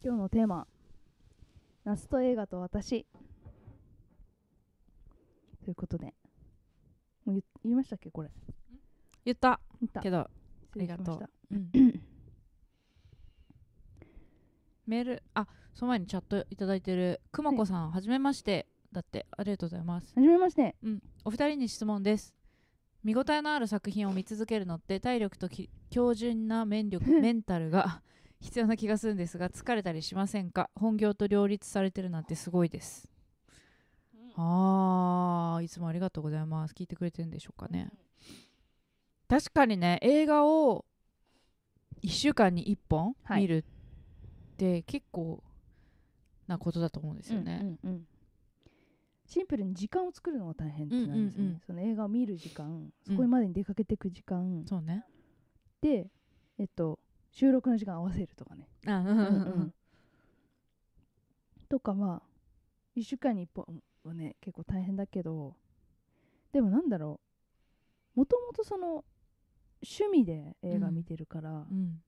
Speaker 4: 今日のテーマ夏と映画と私ということでもう言言いましたっけこれ
Speaker 3: 言った
Speaker 4: 言った
Speaker 3: けど、
Speaker 4: 失礼しました
Speaker 3: ありがうん、 メールあその前にチャットいただいてるくまこさんはじめましてだってありがとうございます
Speaker 4: はじめまして
Speaker 3: うん、お二人に質問です見応えのある作品を見続けるのって体力とき強靭な面力メンタルが 必要な気がするんですが疲れたりしませんか本業と両立されてるなんてすごいです、あーいつもありがとうございます聞いてくれてるんでしょうかね、確かにね映画を1週間に1本
Speaker 4: はい
Speaker 3: 見るって結構なことだと思うんですよね、
Speaker 4: うんうんうんシンプルに時間を作るのが大変ってなんですよね、
Speaker 3: うんうんうん
Speaker 4: その映画を見る時間そこまでに出かけていく時間、
Speaker 3: そうね
Speaker 4: で、えっと、収録の時間合わせるとかね、
Speaker 3: あうんうんう
Speaker 4: うんんとかは1週間に1本はね結構大変だけどでもなんだろうもともとその趣味で映画見てるから、
Speaker 3: うん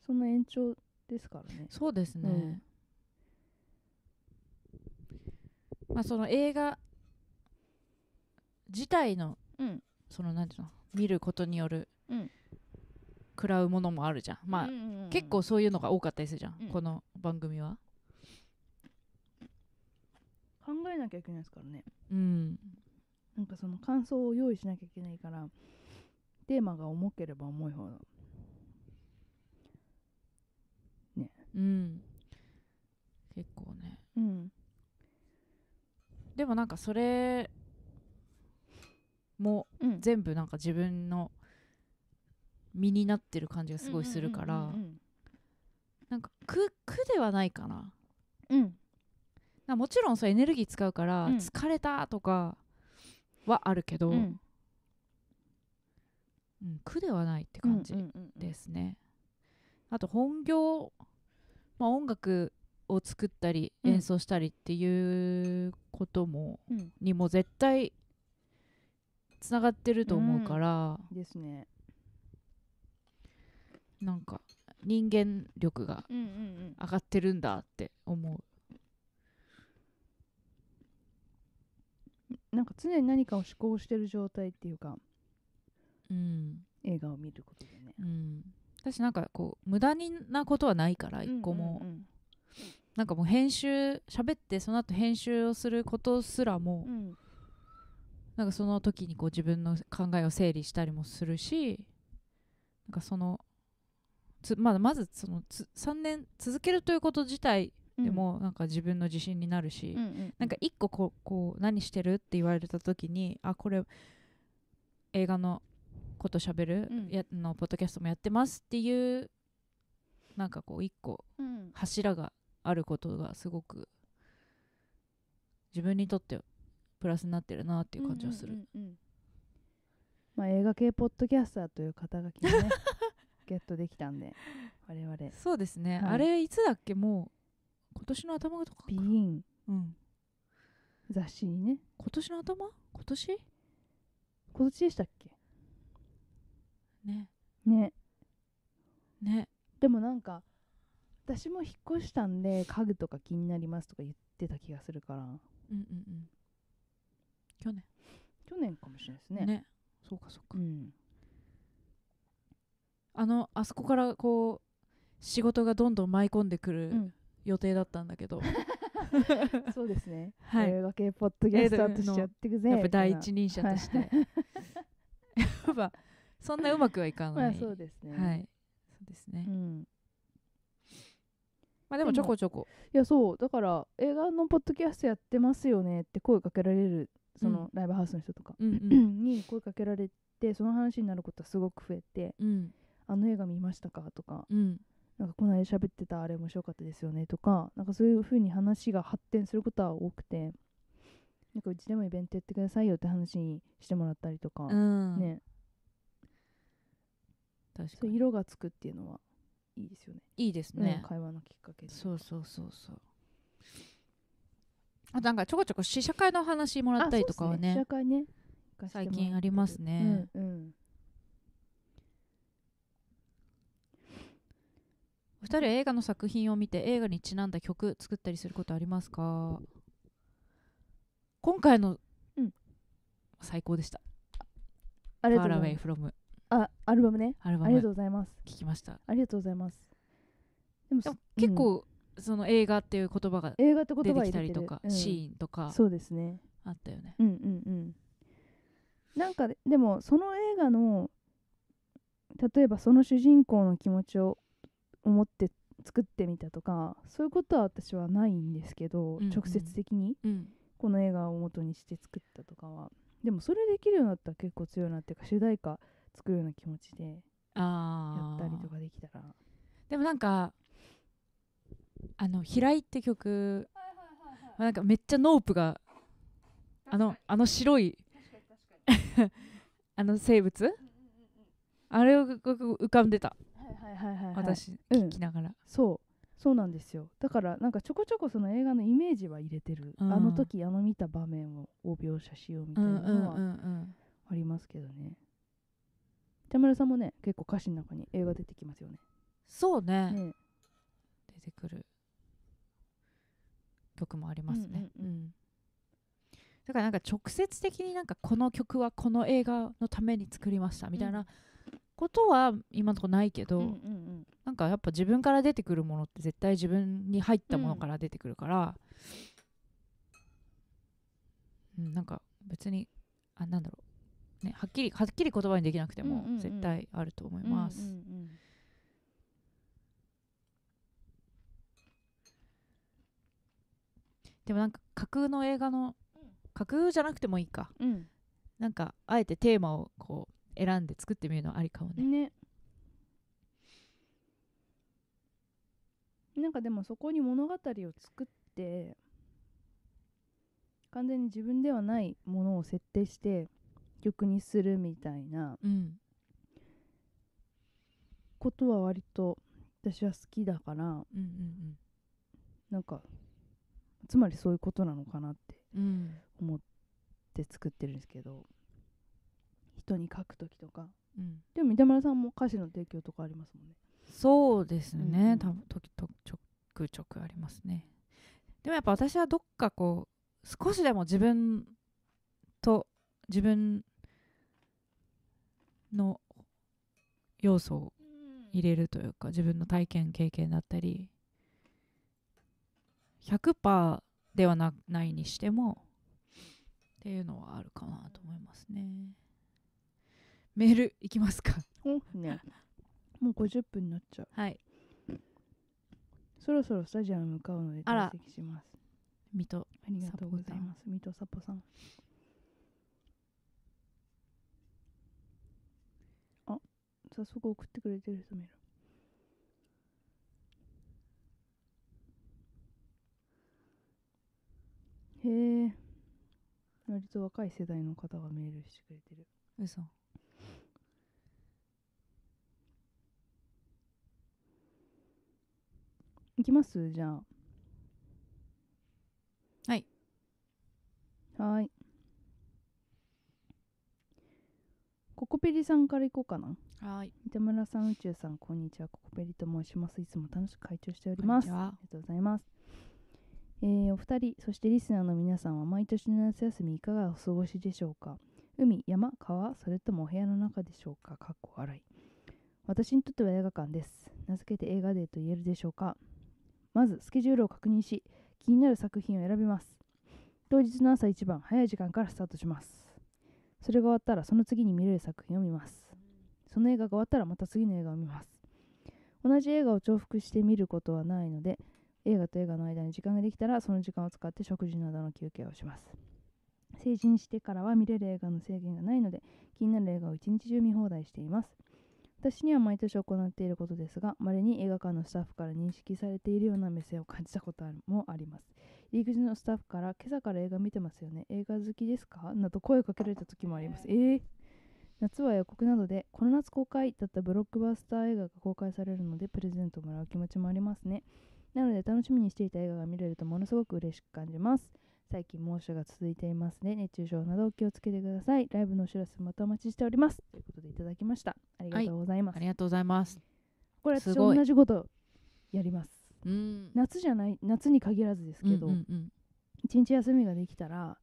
Speaker 4: その延長ですからね。
Speaker 3: そうですね、まあその映画自体の
Speaker 4: うん
Speaker 3: そのなんていうの見ることによる
Speaker 4: うん
Speaker 3: 食らうものもあるじゃんまあ、
Speaker 4: うんうんうん
Speaker 3: 結構そういうのが多かったりするじゃん、
Speaker 4: うん
Speaker 3: この番組は
Speaker 4: 考えなきゃいけないですからね。
Speaker 3: うん
Speaker 4: なんかその感想を用意しなきゃいけないからテーマが重ければ重いほど
Speaker 3: うん結構ね
Speaker 4: うん
Speaker 3: でもなんかそれも
Speaker 4: うん
Speaker 3: 全部なんか自分の身になってる感じがすごいするから、
Speaker 4: うん
Speaker 3: なんか苦苦ではないかな
Speaker 4: うんうん
Speaker 3: なもちろんさエネルギー使うから
Speaker 4: うん
Speaker 3: 疲れたとかはあるけど、
Speaker 4: う
Speaker 3: うん
Speaker 4: うん
Speaker 3: ん苦ではないって感じ
Speaker 4: うんうんうん
Speaker 3: ですね。あと本業、まあ、音楽を作ったり
Speaker 4: うん
Speaker 3: 演奏したりっていうことも、
Speaker 4: うん
Speaker 3: にも絶対つながってると思うから、
Speaker 4: ですね
Speaker 3: なんか人間力が
Speaker 4: うんうん
Speaker 3: 上がってるんだって思う。
Speaker 4: うんなんか常に何かを思考してる状態っていうか
Speaker 3: うん
Speaker 4: 映画を見ることでね
Speaker 3: うん、私なんかこう無駄になことはないから一個も、
Speaker 4: うん
Speaker 3: なんかもう編集喋ってその後編集をすることすらも、
Speaker 4: うんうん
Speaker 3: なんかその時にこう自分の考えを整理したりもするしなんかそのつまだまずそのつ3年続けるということ自体
Speaker 4: うん
Speaker 3: でもなんか自分の自信になるし、
Speaker 4: うんうん
Speaker 3: なんか一個こうこう何してるって言われた時にあこれ映画のこと喋る、
Speaker 4: うん
Speaker 3: やのポッドキャストもやってますっていうなんかこう一個
Speaker 4: うん
Speaker 3: 柱があることがすごく自分にとってプラスになってるなっていう感じがする、
Speaker 4: うんうんうんうんまあ映画系ポッドキャスターという肩書きがね ゲットできたんで我々
Speaker 3: そうですね、
Speaker 4: はい
Speaker 3: あれいつだっけもう今年の頭とかか
Speaker 4: ビギン
Speaker 3: うん、
Speaker 4: 雑誌にね
Speaker 3: 今年の頭今年
Speaker 4: 今年でしたっけ
Speaker 3: ね
Speaker 4: ね
Speaker 3: ね
Speaker 4: でもなんか私も引っ越したんで家具とか気になりますとか言ってた気がするから
Speaker 3: うんうんうん去年
Speaker 4: 去年かもしれないですね
Speaker 3: ねそうかそうか
Speaker 4: うん
Speaker 3: あのあそこからこう仕事がどんどん舞い込んでくる
Speaker 4: うん
Speaker 3: 予定だったんだけど、
Speaker 4: そうですね、
Speaker 3: はい
Speaker 4: 映画系ポッドキャスターとしてやっていく ぜ
Speaker 3: やっぱ第一人者としてて、 やっぱそんなうまくはいか
Speaker 4: ま
Speaker 3: な
Speaker 4: あ
Speaker 3: い、
Speaker 4: そうですね、
Speaker 3: はいそうですね、
Speaker 4: うん、
Speaker 3: まあでもちょこちょこ
Speaker 4: いやそうだから映画のポッドキャストやってますよねって声かけられるそのライブハウスの人とか、
Speaker 3: うんうん
Speaker 4: に声かけられてその話になることはすごく増えて
Speaker 3: うん
Speaker 4: 「あの映画見ましたか?」とか
Speaker 3: うん
Speaker 4: なんかこの間喋ってたあれ面白かったですよねとかなんかそういう風に話が発展することは多くてなんかうちでもイベントやってくださいよって話にしてもらったりとか、
Speaker 3: うん、
Speaker 4: ね
Speaker 3: 確
Speaker 4: そ
Speaker 3: か
Speaker 4: う
Speaker 3: に
Speaker 4: 色がつくっていうのはいいですよね
Speaker 3: いいですね、
Speaker 4: うん会話のきっかけで
Speaker 3: そうそうそうそうあとなんかちょこちょこ試写会の話もらったりとかは
Speaker 4: あ
Speaker 3: ね
Speaker 4: そうっすね試写会ね行かせても
Speaker 3: 最
Speaker 4: らって
Speaker 3: 近ありますね、
Speaker 4: うんうん
Speaker 3: お二人は映画の作品を見て映画にちなんだ曲作ったりすることありますか今回の、
Speaker 4: うん
Speaker 3: 最高でした「
Speaker 4: ありがとう
Speaker 3: Far
Speaker 4: ござい
Speaker 3: Away
Speaker 4: ます
Speaker 3: from
Speaker 4: あアルバムね
Speaker 3: アルバ
Speaker 4: ありがと
Speaker 3: ム
Speaker 4: うございます
Speaker 3: 聞きました
Speaker 4: ありがとうございますでも
Speaker 3: でも
Speaker 4: うん
Speaker 3: 結構、その映画っていう言葉が
Speaker 4: 映画って言
Speaker 3: 出
Speaker 4: 葉
Speaker 3: て
Speaker 4: は
Speaker 3: き
Speaker 4: 入
Speaker 3: た
Speaker 4: れ
Speaker 3: り
Speaker 4: て
Speaker 3: と
Speaker 4: る
Speaker 3: か、
Speaker 4: うん
Speaker 3: シーンとか
Speaker 4: そうですね
Speaker 3: あったよね
Speaker 4: うんうんうんなんかででもその映画の例えばその主人公の気持ちを思って作ってみたとかそういうことは私はないんですけど、
Speaker 3: うんうん
Speaker 4: 直接的に
Speaker 3: うん
Speaker 4: この映画を元にして作ったとかはでもそれできるようになったら結構強いなっていうか主題歌作るような気持ちでや
Speaker 3: あ
Speaker 4: っ
Speaker 3: あ
Speaker 4: たりとかできたら
Speaker 3: でもなんかあの「平井」って曲なんかめっちゃノープがあのあの白い あの生物あれを浮かんでた
Speaker 4: はいはいはいはい、
Speaker 3: 私
Speaker 4: うん
Speaker 3: 聞きながら
Speaker 4: そうそうなんですよだからなんかちょこちょこその映画のイメージは入れてる、
Speaker 3: うん
Speaker 4: あの時あの見た場面を描写しようみたいなのは
Speaker 3: ん
Speaker 4: ありますけどね、茶丸さんもね結構歌詞の中に映画出てきますよね
Speaker 3: そうね
Speaker 4: ね
Speaker 3: てくる曲もありますね。
Speaker 4: うんうん
Speaker 3: うんだからなんか直接的になんかこの曲はこの映画のために作りましたみたいなことは今のところないけど、
Speaker 4: うんうん
Speaker 3: なんかやっぱ自分から出てくるものって絶対自分に入ったものから出てくるから、うんなんか別にあなんだろう、ね、はっきりはっきり言葉にできなくて
Speaker 4: うん
Speaker 3: も
Speaker 4: うんうん
Speaker 3: 絶対あると思い
Speaker 4: うん
Speaker 3: ます。
Speaker 4: うんうん
Speaker 3: でもなんか架空の映画の架空じゃなくてもいいか
Speaker 4: うん
Speaker 3: なんかあえてテーマをこう選んで作ってみるのはありかも
Speaker 4: う
Speaker 3: ね。
Speaker 4: んねなんかでもそこに物語を作って完全に自分ではないものを設定して曲にするみたいな
Speaker 3: うん、
Speaker 4: ことは割と私は好きだから
Speaker 3: うん、うん、
Speaker 4: なんかつまりそういうことなのかなって
Speaker 3: うん、うん、
Speaker 4: 思って作ってるんですけど人に書く時とか
Speaker 3: うん。
Speaker 4: でも三田村さんも歌詞の提供とかありますもんね
Speaker 3: そうです
Speaker 4: うんう
Speaker 3: ね、
Speaker 4: ん
Speaker 3: 多分ときとちょくちょくありますねでもやっぱ私はどっかこう少しでも自分と自分の要素を入れるというか自分の体験経験だったり100%ではなないにしてもっていうのはあるかなと思いますねメールいきますか
Speaker 4: おね もう50分になっちゃう
Speaker 3: はい
Speaker 4: そろそろスタジアムに向かうので
Speaker 3: あら
Speaker 4: 退席します
Speaker 3: 水戸
Speaker 4: ありがとうございます水戸サポさんあ早速送ってくれてる人もいるへえ割と若い世代の方がメールしてくれてる
Speaker 3: 嘘
Speaker 4: いきますじゃあ
Speaker 3: はい
Speaker 4: はーいココペリさんからいこうかな
Speaker 3: はい
Speaker 4: 三田村さん宇宙さんこんにちはココペリと申しますいつも楽しく会長しており
Speaker 3: こん
Speaker 4: ま
Speaker 3: に
Speaker 4: す
Speaker 3: ちは
Speaker 4: ありがとうございます。えーお二人、そしてリスナーの皆さんは毎年の夏休みいかがお過ごしでしょうか海、山、川、それともお部屋の中でしょうかかっこ笑い。私にとっては映画館です。名付けて映画デーと言えるでしょうかまず、スケジュールを確認し、気になる作品を選びます。当日の朝一番、早い時間からスタートします。それが終わったら、その次に見れる作品を見ます。その映画が終わったら、また次の映画を見ます。同じ映画を重複して見ることはないので、映画と映画の間に時間ができたらその時間を使って食事などの休憩をします成人してからは見れる映画の制限がないので気になる映画を一日中見放題しています私には毎年行っていることですがまれに映画館のスタッフから認識されているような目線を感じたことあるもあります入り口のスタッフから「今朝から映画見てますよね映画好きですか?」など声をかけられた時もありますえー夏は予告などでこの夏公開だったブロックバスター映画が公開されるのでプレゼントをもらう気持ちもありますねなので楽しみにしていた映画が見れるとものすごく嬉しく感じます。最近猛暑が続いていますね。熱中症などお気をつけてください。ライブのお知らせまたお待ちしております。ということでいただきました。ありがとうございます。
Speaker 3: ありがとうございます。
Speaker 4: これ私
Speaker 3: すごい
Speaker 4: 同じことやります。
Speaker 3: うん
Speaker 4: 夏じゃない夏に限らずですけど、
Speaker 3: うんうん
Speaker 4: 一日休みができたら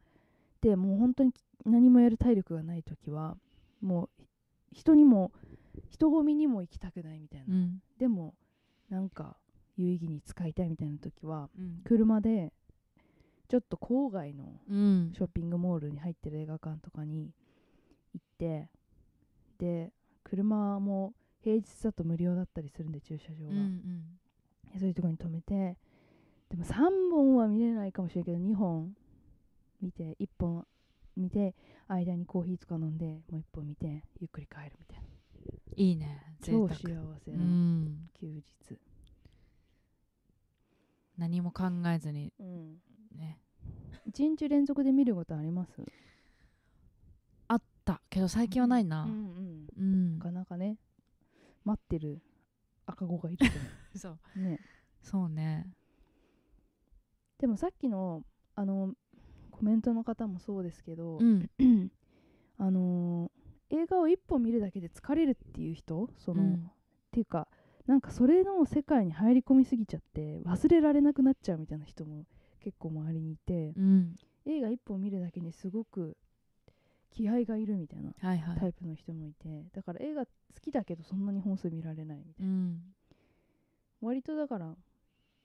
Speaker 4: でもう本当に何もやる体力がない時はもう人にも人混みにも行きたくないみたいな、
Speaker 3: うん
Speaker 4: でもなんか有意義に使いたいみたいな時は
Speaker 3: うん
Speaker 4: 車でちょっと郊外の
Speaker 3: うん
Speaker 4: ショッピングモールに入ってる映画館とかに行ってで車も平日だと無料だったりするんで駐車場
Speaker 3: う
Speaker 4: が、
Speaker 3: んうん
Speaker 4: でそういうとこに止めてでも3本は見れないかもしれないけど2本見て1本見て間にコーヒーとか飲んでもう1本見てゆっくり帰るみたいない
Speaker 3: いね贅
Speaker 4: 超
Speaker 3: 沢
Speaker 4: 幸せ
Speaker 3: う
Speaker 4: なん休日、
Speaker 3: 何も考えずに
Speaker 4: うん、
Speaker 3: ね
Speaker 4: 1日連続で見ることあります
Speaker 3: あったけど最近はないな
Speaker 4: うん
Speaker 3: うん
Speaker 4: なかなかね待ってる赤子がいるけ
Speaker 3: そう
Speaker 4: どね
Speaker 3: そうね
Speaker 4: でもさっきのあのコメントの方もそうですけど、
Speaker 3: うん
Speaker 4: あのー映画を一本見るだけで疲れるっていう人その、
Speaker 3: う
Speaker 4: っ
Speaker 3: ん
Speaker 4: ていうかなんかそれの世界に入り込みすぎちゃって忘れられなくなっちゃうみたいな人も結構周りにいて、
Speaker 3: うん
Speaker 4: 映画一本見るだけにすごく気合がいるみたいな
Speaker 3: はいはい
Speaker 4: タイプの人もいて、だから映画好きだけどそんなに本数見られないみたいな
Speaker 3: うん
Speaker 4: 割とだから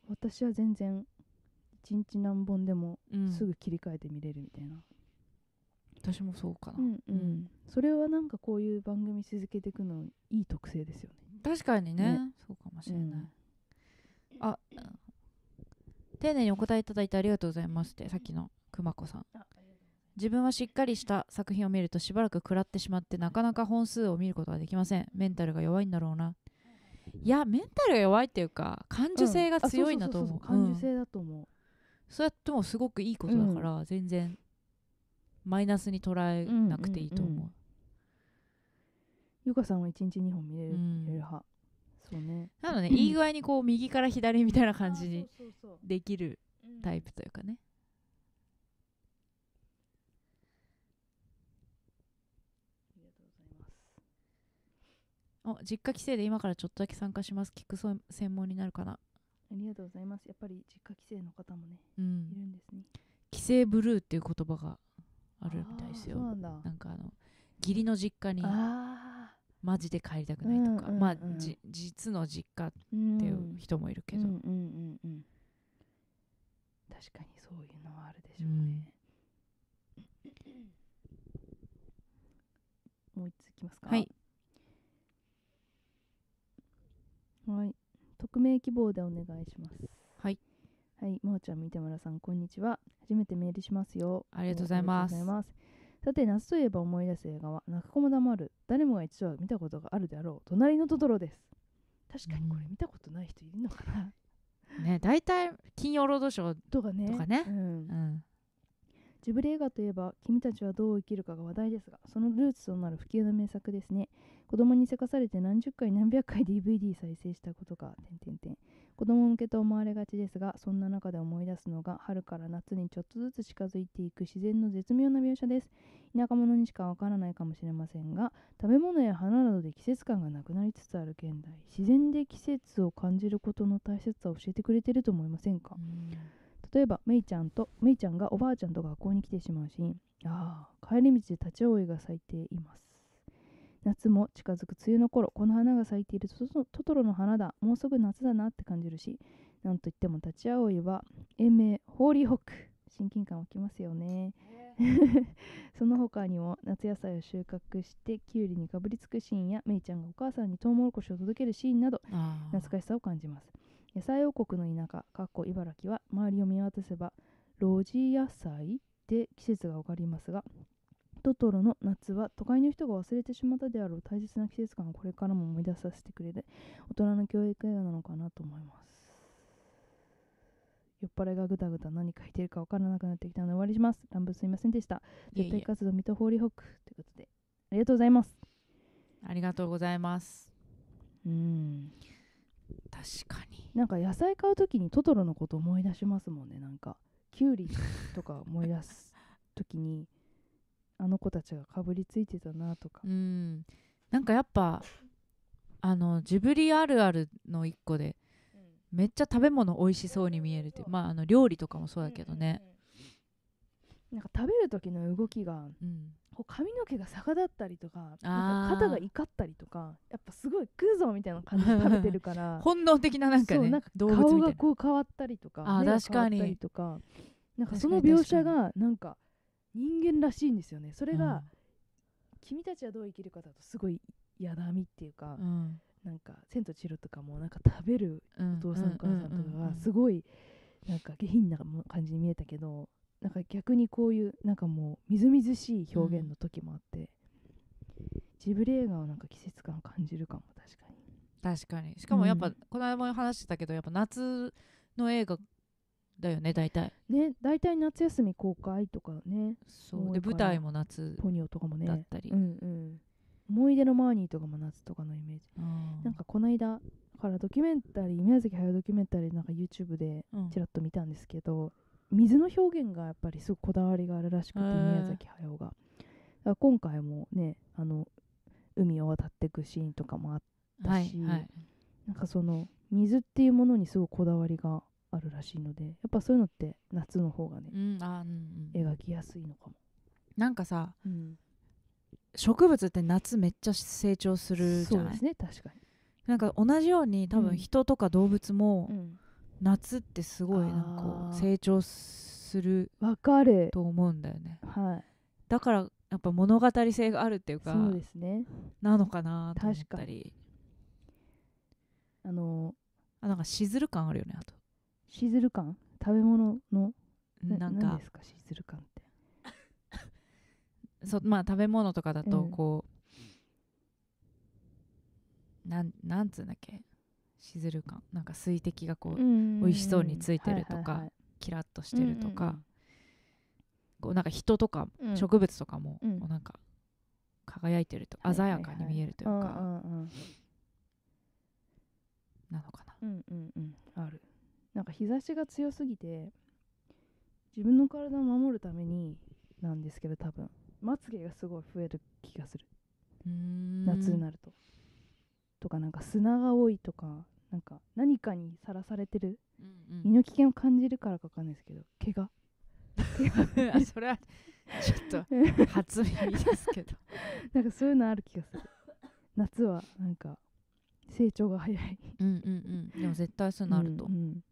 Speaker 4: 私は全然一日何本でも
Speaker 3: うん
Speaker 4: すぐ切り替えて見れるみたいな、
Speaker 3: 私もそうかな、
Speaker 4: うんうんそれはなんかこういう番組続けていくのいい特性ですよね。
Speaker 3: 確かにね
Speaker 4: ね
Speaker 3: そうかもしれない、あ丁寧にお答えいただいてありがとうございますってさっきの熊子さん自分はしっかりした作品を見るとしばらく食らってしまってなかなか本数を見ることができませんメンタルが弱いんだろうないやメンタルが弱いっていうか感受性が強いんだと思う
Speaker 4: あそうそうそうそう感
Speaker 3: う
Speaker 4: 受
Speaker 3: ん
Speaker 4: 性だと思
Speaker 3: それやってもすごくいいことだから、全然マイナスに捉えなくていいと思う,、
Speaker 4: うんうんう。ゆかさんは一日二本見れる,、
Speaker 3: うん
Speaker 4: 派。そうね。
Speaker 3: なので、ね、いい具合にこう右から左みたいな感じに
Speaker 4: あ。そうそう
Speaker 3: できる
Speaker 4: そううん
Speaker 3: タイプというかね、
Speaker 4: ありがとうございます。
Speaker 3: お実家帰省で今からちょっとだけ参加します聞くそ専門になるかな
Speaker 4: ありがとうございます。やっぱり実家帰省の方もね、
Speaker 3: う
Speaker 4: いる
Speaker 3: ん
Speaker 4: んですね。
Speaker 3: 帰省ブルーっていう言葉があるみたいですよ
Speaker 4: あーそうなんだ。
Speaker 3: なんかあの義理の実家に
Speaker 4: ああ。
Speaker 3: マジで帰りたくないとか、
Speaker 4: うんうんうん
Speaker 3: まあじ実の実家っ
Speaker 4: って
Speaker 3: いう人もいるけど、
Speaker 4: うんうんうんうん確かにそういうのはあるでしょうね、もう一ついきますか
Speaker 3: はい
Speaker 4: はい匿名希望でお願いします
Speaker 3: はい
Speaker 4: はいまおちゃん三田村さんこんにちは初めてメールしますよ
Speaker 3: ありがとうございます
Speaker 4: ありがとうございさて夏といえば思い出す映画は泣く子も黙る誰もが一度は見たことがあるであろう隣のトトロです確かにこれ
Speaker 3: うん
Speaker 4: 見たことない人いるのかな、
Speaker 3: ね大体金曜ロードショー、
Speaker 4: とかね
Speaker 3: とかね
Speaker 4: うん
Speaker 3: うん、
Speaker 4: ジブリ映画といえば「君たちはどう生きるか」が話題ですがそのルーツとなる不朽の名作ですね子供にせかされて何十回何百回 DVD 再生したことか点々点子供向けと思われがちですがそんな中で思い出すのが春から夏にちょっとずつ近づいていく自然の絶妙な描写です田舎者にしかわからないかもしれませんが食べ物や花などで季節感がなくなりつつある現代自然で季節を感じることの大切さを教えてくれてると思いませんか例えばメイちゃんとメイちゃんがおばあちゃんと学校に来てしまうシーンああ帰り道で立ち追いが咲いています夏も近づく梅雨の頃この花が咲いているトトトトロの花だもうすぐ夏だなって感じるしなんといっても立ち追いは英名ホーリーホック親近感湧きますよね その他にも夏野菜を収穫してきゅうりにかぶりつくシーンやメイちゃんがお母さんにトウモロコシを届けるシーンなど
Speaker 3: あー
Speaker 4: 懐かしさを感じます野菜王国の田舎かっこ茨城は周りを見渡せば路地野菜で季節が分かりますがトトロの夏は都会の人が忘れてしまったであろう大切な季節感をこれからも思い出させてくれる大人の教育映画なのかなと思います酔っ払いがぐだぐだ何書いてるか分からなくなってきたので終わりします乱文すいませんでした
Speaker 3: いえ
Speaker 4: 絶
Speaker 3: い
Speaker 4: 対
Speaker 3: え
Speaker 4: 活動水戸ホーリーホックということでありがとうございます
Speaker 3: ありがとうございます
Speaker 4: うん
Speaker 3: 確かに
Speaker 4: なんか野菜買うときにトトロのこと思い出しますもんねなんかキュウリとか思い出すときに あの子たちがかぶりついてたなとか
Speaker 3: うんなんかやっぱあのジブリあるあるの一個でめっちゃ食べ物美味しそうに見えるっていうまああの料理とかもそうだけどね、
Speaker 4: なんか食べる時の動きが
Speaker 3: うん、
Speaker 4: こう髪の毛が逆立ったりとか
Speaker 3: あー
Speaker 4: なんか肩が怒ったりとかやっぱすごい食うぞみたいな感じで食べてる から
Speaker 3: 本能的ななんか
Speaker 4: そう
Speaker 3: ね
Speaker 4: なんか
Speaker 3: 動物み
Speaker 4: 顔
Speaker 3: た
Speaker 4: が
Speaker 3: いな
Speaker 4: こう変わったりとか
Speaker 3: あー
Speaker 4: 目が変わった
Speaker 3: 確かに
Speaker 4: りとかなんか
Speaker 3: 確
Speaker 4: そ
Speaker 3: かに
Speaker 4: の描写
Speaker 3: 確かに
Speaker 4: がなんか人間らしいんですよねそれが、
Speaker 3: うん
Speaker 4: 君たちはどう生きるかだとすごい嫌だみっていうか、
Speaker 3: うん
Speaker 4: なんか「千と千尋」とかもなんか食べる
Speaker 3: うん
Speaker 4: お父さんお母さんとかがすごいなんか下品な感じに見えたけどなんか逆にこういうなんかもうみずみずしい表現の時もあって、ジブリ映画はなんか季節感を感じるかも確かに。
Speaker 3: 確かにしかもやっぱ、
Speaker 4: うん
Speaker 3: この間も話してたけどやっぱ夏の映画だよね大体
Speaker 4: ね大体夏休み公開とかね
Speaker 3: そう
Speaker 4: 多
Speaker 3: で
Speaker 4: いから
Speaker 3: 舞台も夏
Speaker 4: ポニョとかもね
Speaker 3: だったり、
Speaker 4: うんうん、思い出のマーニーとかも夏とかのイメージ
Speaker 3: うん
Speaker 4: なんかこの間からドキュメンタリー宮崎駿ドキュメンタリーなんか YouTube で
Speaker 3: うん
Speaker 4: ちらっと見たんですけど、水の表現がやっぱりすごいこだわりがあるらしくて
Speaker 3: へー
Speaker 4: 宮崎駿がだから今回もねあの海を渡っていくシーンとかもあった
Speaker 3: はい
Speaker 4: し
Speaker 3: はい
Speaker 4: なんかその水っていうものにすごいこだわりがあるらしいのでやっぱそういうのって夏の方がね、
Speaker 3: うんあうんうん、
Speaker 4: 描きやすいのかも、
Speaker 3: なんかさ
Speaker 4: うん、
Speaker 3: 植物って夏めっちゃ成長するじ
Speaker 4: そ
Speaker 3: ゃ
Speaker 4: う
Speaker 3: な
Speaker 4: で
Speaker 3: い、
Speaker 4: すね確か
Speaker 3: なんか同じように多
Speaker 4: うん
Speaker 3: 分人とか動物も
Speaker 4: に、うん
Speaker 3: 夏ってすごいなんかこ
Speaker 4: あー
Speaker 3: う成長する
Speaker 4: わかる
Speaker 3: と思うんだよね
Speaker 4: はい
Speaker 3: だからやっぱ物語性があるっていうか
Speaker 4: そうですね
Speaker 3: なのかなと思った
Speaker 4: 確か
Speaker 3: り
Speaker 4: あの
Speaker 3: あなんかしずる感あるよねあと
Speaker 4: シズル感食べ物の
Speaker 3: な
Speaker 4: なん何
Speaker 3: か
Speaker 4: ですかシズル感って
Speaker 3: そうまあ食べ物とかだと
Speaker 4: うん
Speaker 3: こう、なんなんつうんだっけしずる感なんか水滴がこう、
Speaker 4: 美
Speaker 3: 美味しそうについてるとかキラッとしてるとか、こうなんか人とか
Speaker 4: うん
Speaker 3: 植物とかも,、
Speaker 4: うん
Speaker 3: もうなんか輝いてると
Speaker 4: はいは
Speaker 3: 鮮
Speaker 4: いは
Speaker 3: や
Speaker 4: い
Speaker 3: かに見えるといううんか
Speaker 4: うんうん
Speaker 3: なのかな。
Speaker 4: うんうんうんあるなんか日差しが強すぎて自分の体を守るためになんですけど多分まつげがすごい増える気がする夏になると、とかなんか砂が多いとかなんか何かにさらされてる
Speaker 3: うんう
Speaker 4: 身の危険を感じるからかわかんないですけど怪 我
Speaker 3: ん あそれはちょっと初耳ですけ ど
Speaker 4: なんかそういうのある気がする夏はなんか成長が早い
Speaker 3: うんうんうんでも絶対そうなると、
Speaker 4: うんうん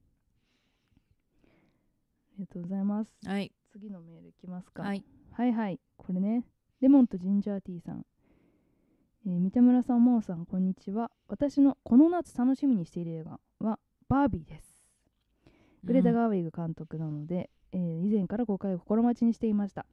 Speaker 4: ありがとうございます
Speaker 3: はい
Speaker 4: 次のメールいきますか
Speaker 3: はい
Speaker 4: はいはいこれねレモンとジンジャーティーさん、えー三田村さん真央さんこんにちは私のこの夏楽しみにしている映画はバービーですグレタ・ガーウィグ監督なので、えー以前から公開を心待ちにしていました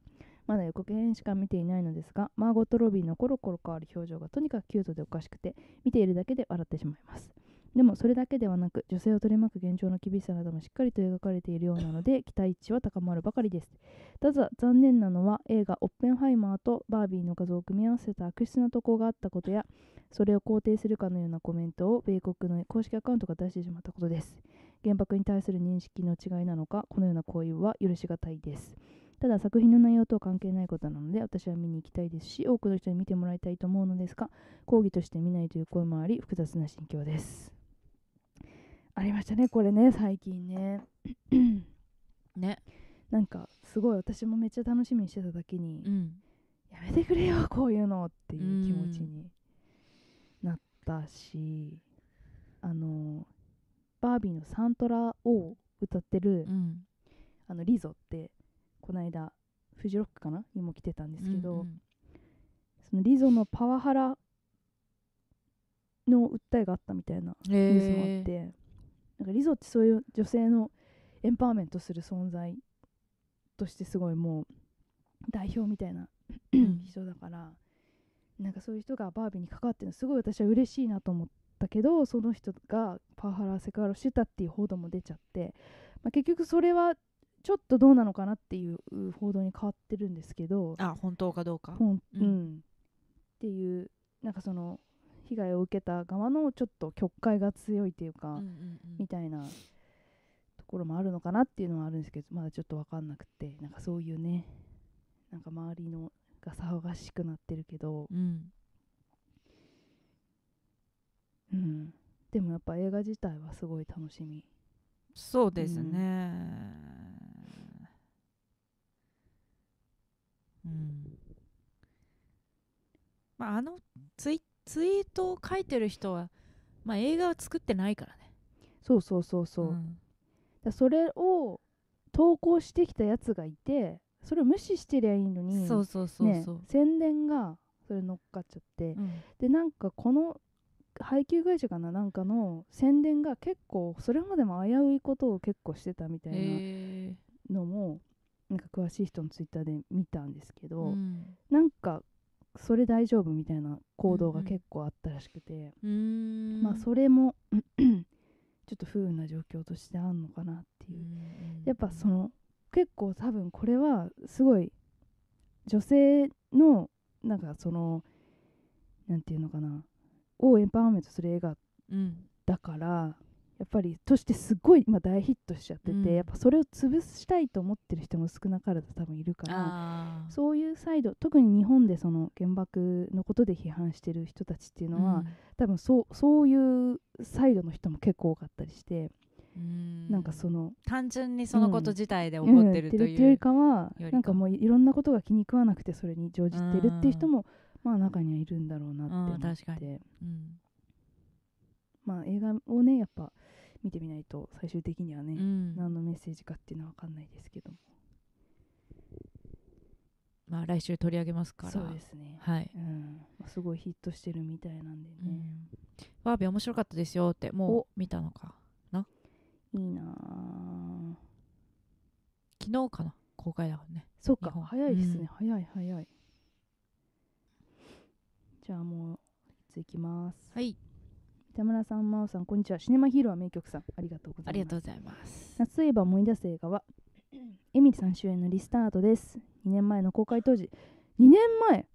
Speaker 4: まだ予告編しか見ていないのですがマーゴット・ロビーのコロコロ変わる表情がとにかくキュートでおかしくて見ているだけで笑ってしまいますでもそれだけではなく女性を取り巻く現状の厳しさなどもしっかりと描かれているようなので期待値は高まるばかりですただ残念なのは映画「オッペンハイマー」とバービーの画像を組み合わせた悪質なとこがあったことやそれを肯定するかのようなコメントを米国の公式アカウントが出してしまったことです原爆に対する認識の違いなのかこのような行為は許しがたいですただ作品の内容とは関係ないことなので私は見に行きたいですし多くの人に見てもらいたいと思うのですが抗議として見ないという声もあり複雑な心境ですありましたねこれね最近ね
Speaker 3: ね
Speaker 4: なんかすごい私もめっちゃ楽しみにしてただけに、
Speaker 3: うん
Speaker 4: やめてくれよこういうのっていう気持ちになったし、あのバービーのサントラを歌ってる、
Speaker 3: うん
Speaker 4: あのリゾってこの間フジロックかなにも来てたんですけど、
Speaker 3: うん
Speaker 4: そのリゾのパワハラの訴えがあったみたいな
Speaker 3: うん
Speaker 4: ニュースもあ
Speaker 3: へ
Speaker 4: っ
Speaker 3: ー
Speaker 4: てなんかリゾってそういう女性のエンパワーメントする存在としてすごいもう代表みたいな
Speaker 3: うん
Speaker 4: 人だから、なんかそういう人がバービーに関わってるのすごい私は嬉しいなと思ったけどその人がパワハラセクハラをしてたっていう報道も出ちゃって、まあ、結局それはちょっとどうなのかなっていう報道に変わってるんですけど
Speaker 3: あ本当かどうか
Speaker 4: ほん
Speaker 3: う
Speaker 4: うんんっていうなんかその被害を受けた側のちょっと曲解が強いっていうか、
Speaker 3: うんうんうん
Speaker 4: みたいなところもあるのかなっていうのはあるんですけどまだちょっと分かんなくてなんかそういうねなんか周りのが騒がしくなってるけど、
Speaker 3: うん
Speaker 4: うん、でもやっぱ映画自体はすごい楽しみ
Speaker 3: そうです
Speaker 4: うん
Speaker 3: ね。うん。まああのツイツイートを書いてる人は、まあ映画を作ってないからね。
Speaker 4: そうそうそうそう、だか
Speaker 3: ん
Speaker 4: らそれを投稿してきたやつがいてそれを無視してりゃいいのに
Speaker 3: そうそうそう
Speaker 4: ね
Speaker 3: そう。、
Speaker 4: 宣伝がそれ乗っかっちゃって、
Speaker 3: うん
Speaker 4: でなんかこの配給会社かななんかの宣伝が結構それまでも危ういことを結構してたみたいな
Speaker 3: へ
Speaker 4: のもなんか詳しい人のツイッターで見たんです
Speaker 3: ー
Speaker 4: けど、
Speaker 3: うん
Speaker 4: なんかそれ大丈夫みたいな行動
Speaker 3: う
Speaker 4: が
Speaker 3: んうん
Speaker 4: 結構あったらしくて、
Speaker 3: うーん。
Speaker 4: まあそれも ちょっと不運な状況としてあんのかなって
Speaker 3: うん
Speaker 4: いうう、
Speaker 3: ん
Speaker 4: やっぱその結構多分これはすごい女性のなんかそのなんていうのかなをエンパワーメントする映画
Speaker 3: うん
Speaker 4: だからやっぱりとしてすごい今大ヒットしちゃってて、
Speaker 3: うん
Speaker 4: やっぱそれを潰したいと思ってる人も少なからず多分いるから
Speaker 3: あー
Speaker 4: そういうサイド特に日本でその原爆のことで批判してる人たちっていうの
Speaker 3: う
Speaker 4: は、
Speaker 3: ん
Speaker 4: 多分そうそういうサイドの人も結構多かったりして、
Speaker 3: うん
Speaker 4: なんかその
Speaker 3: 単純にそのこと
Speaker 4: うん
Speaker 3: 自体で起こってると
Speaker 4: うんって
Speaker 3: い
Speaker 4: よ
Speaker 3: う、
Speaker 4: りかは
Speaker 3: よりか
Speaker 4: なんかもういろんなことが気に食わなくてそれに乗じてるっていう人もまあ中にはいるんだろうなって思
Speaker 3: うん
Speaker 4: っ
Speaker 3: 確か
Speaker 4: て
Speaker 3: うん
Speaker 4: まあ映画をねやっぱ見てみないと最終的には
Speaker 3: う
Speaker 4: ね、
Speaker 3: ん
Speaker 4: 何のメッセージかっていうのは分かんないですけども
Speaker 3: まあ、来週取り上げますから
Speaker 4: そうですね、
Speaker 3: はい、
Speaker 4: うんまあ、すごいヒットしてるみたいなんでね
Speaker 3: う、ん、バービー面白かったですよっても
Speaker 4: お
Speaker 3: う見たのか
Speaker 4: いいなあ
Speaker 3: 昨日かな公開だからね
Speaker 4: そっか
Speaker 3: 日本
Speaker 4: 早いですね、
Speaker 3: うん
Speaker 4: 早い早いじゃあもう次いきます、
Speaker 3: はい
Speaker 4: 田村さん真央さんこんにちはシネマヒーローは名曲さんありがとうござ
Speaker 3: あ
Speaker 4: い
Speaker 3: り
Speaker 4: ま
Speaker 3: が
Speaker 4: す
Speaker 3: とうござい ます
Speaker 4: 夏といえば思い出す映画は エミリさん主演の「リスタート」です2年前の公開当時2年前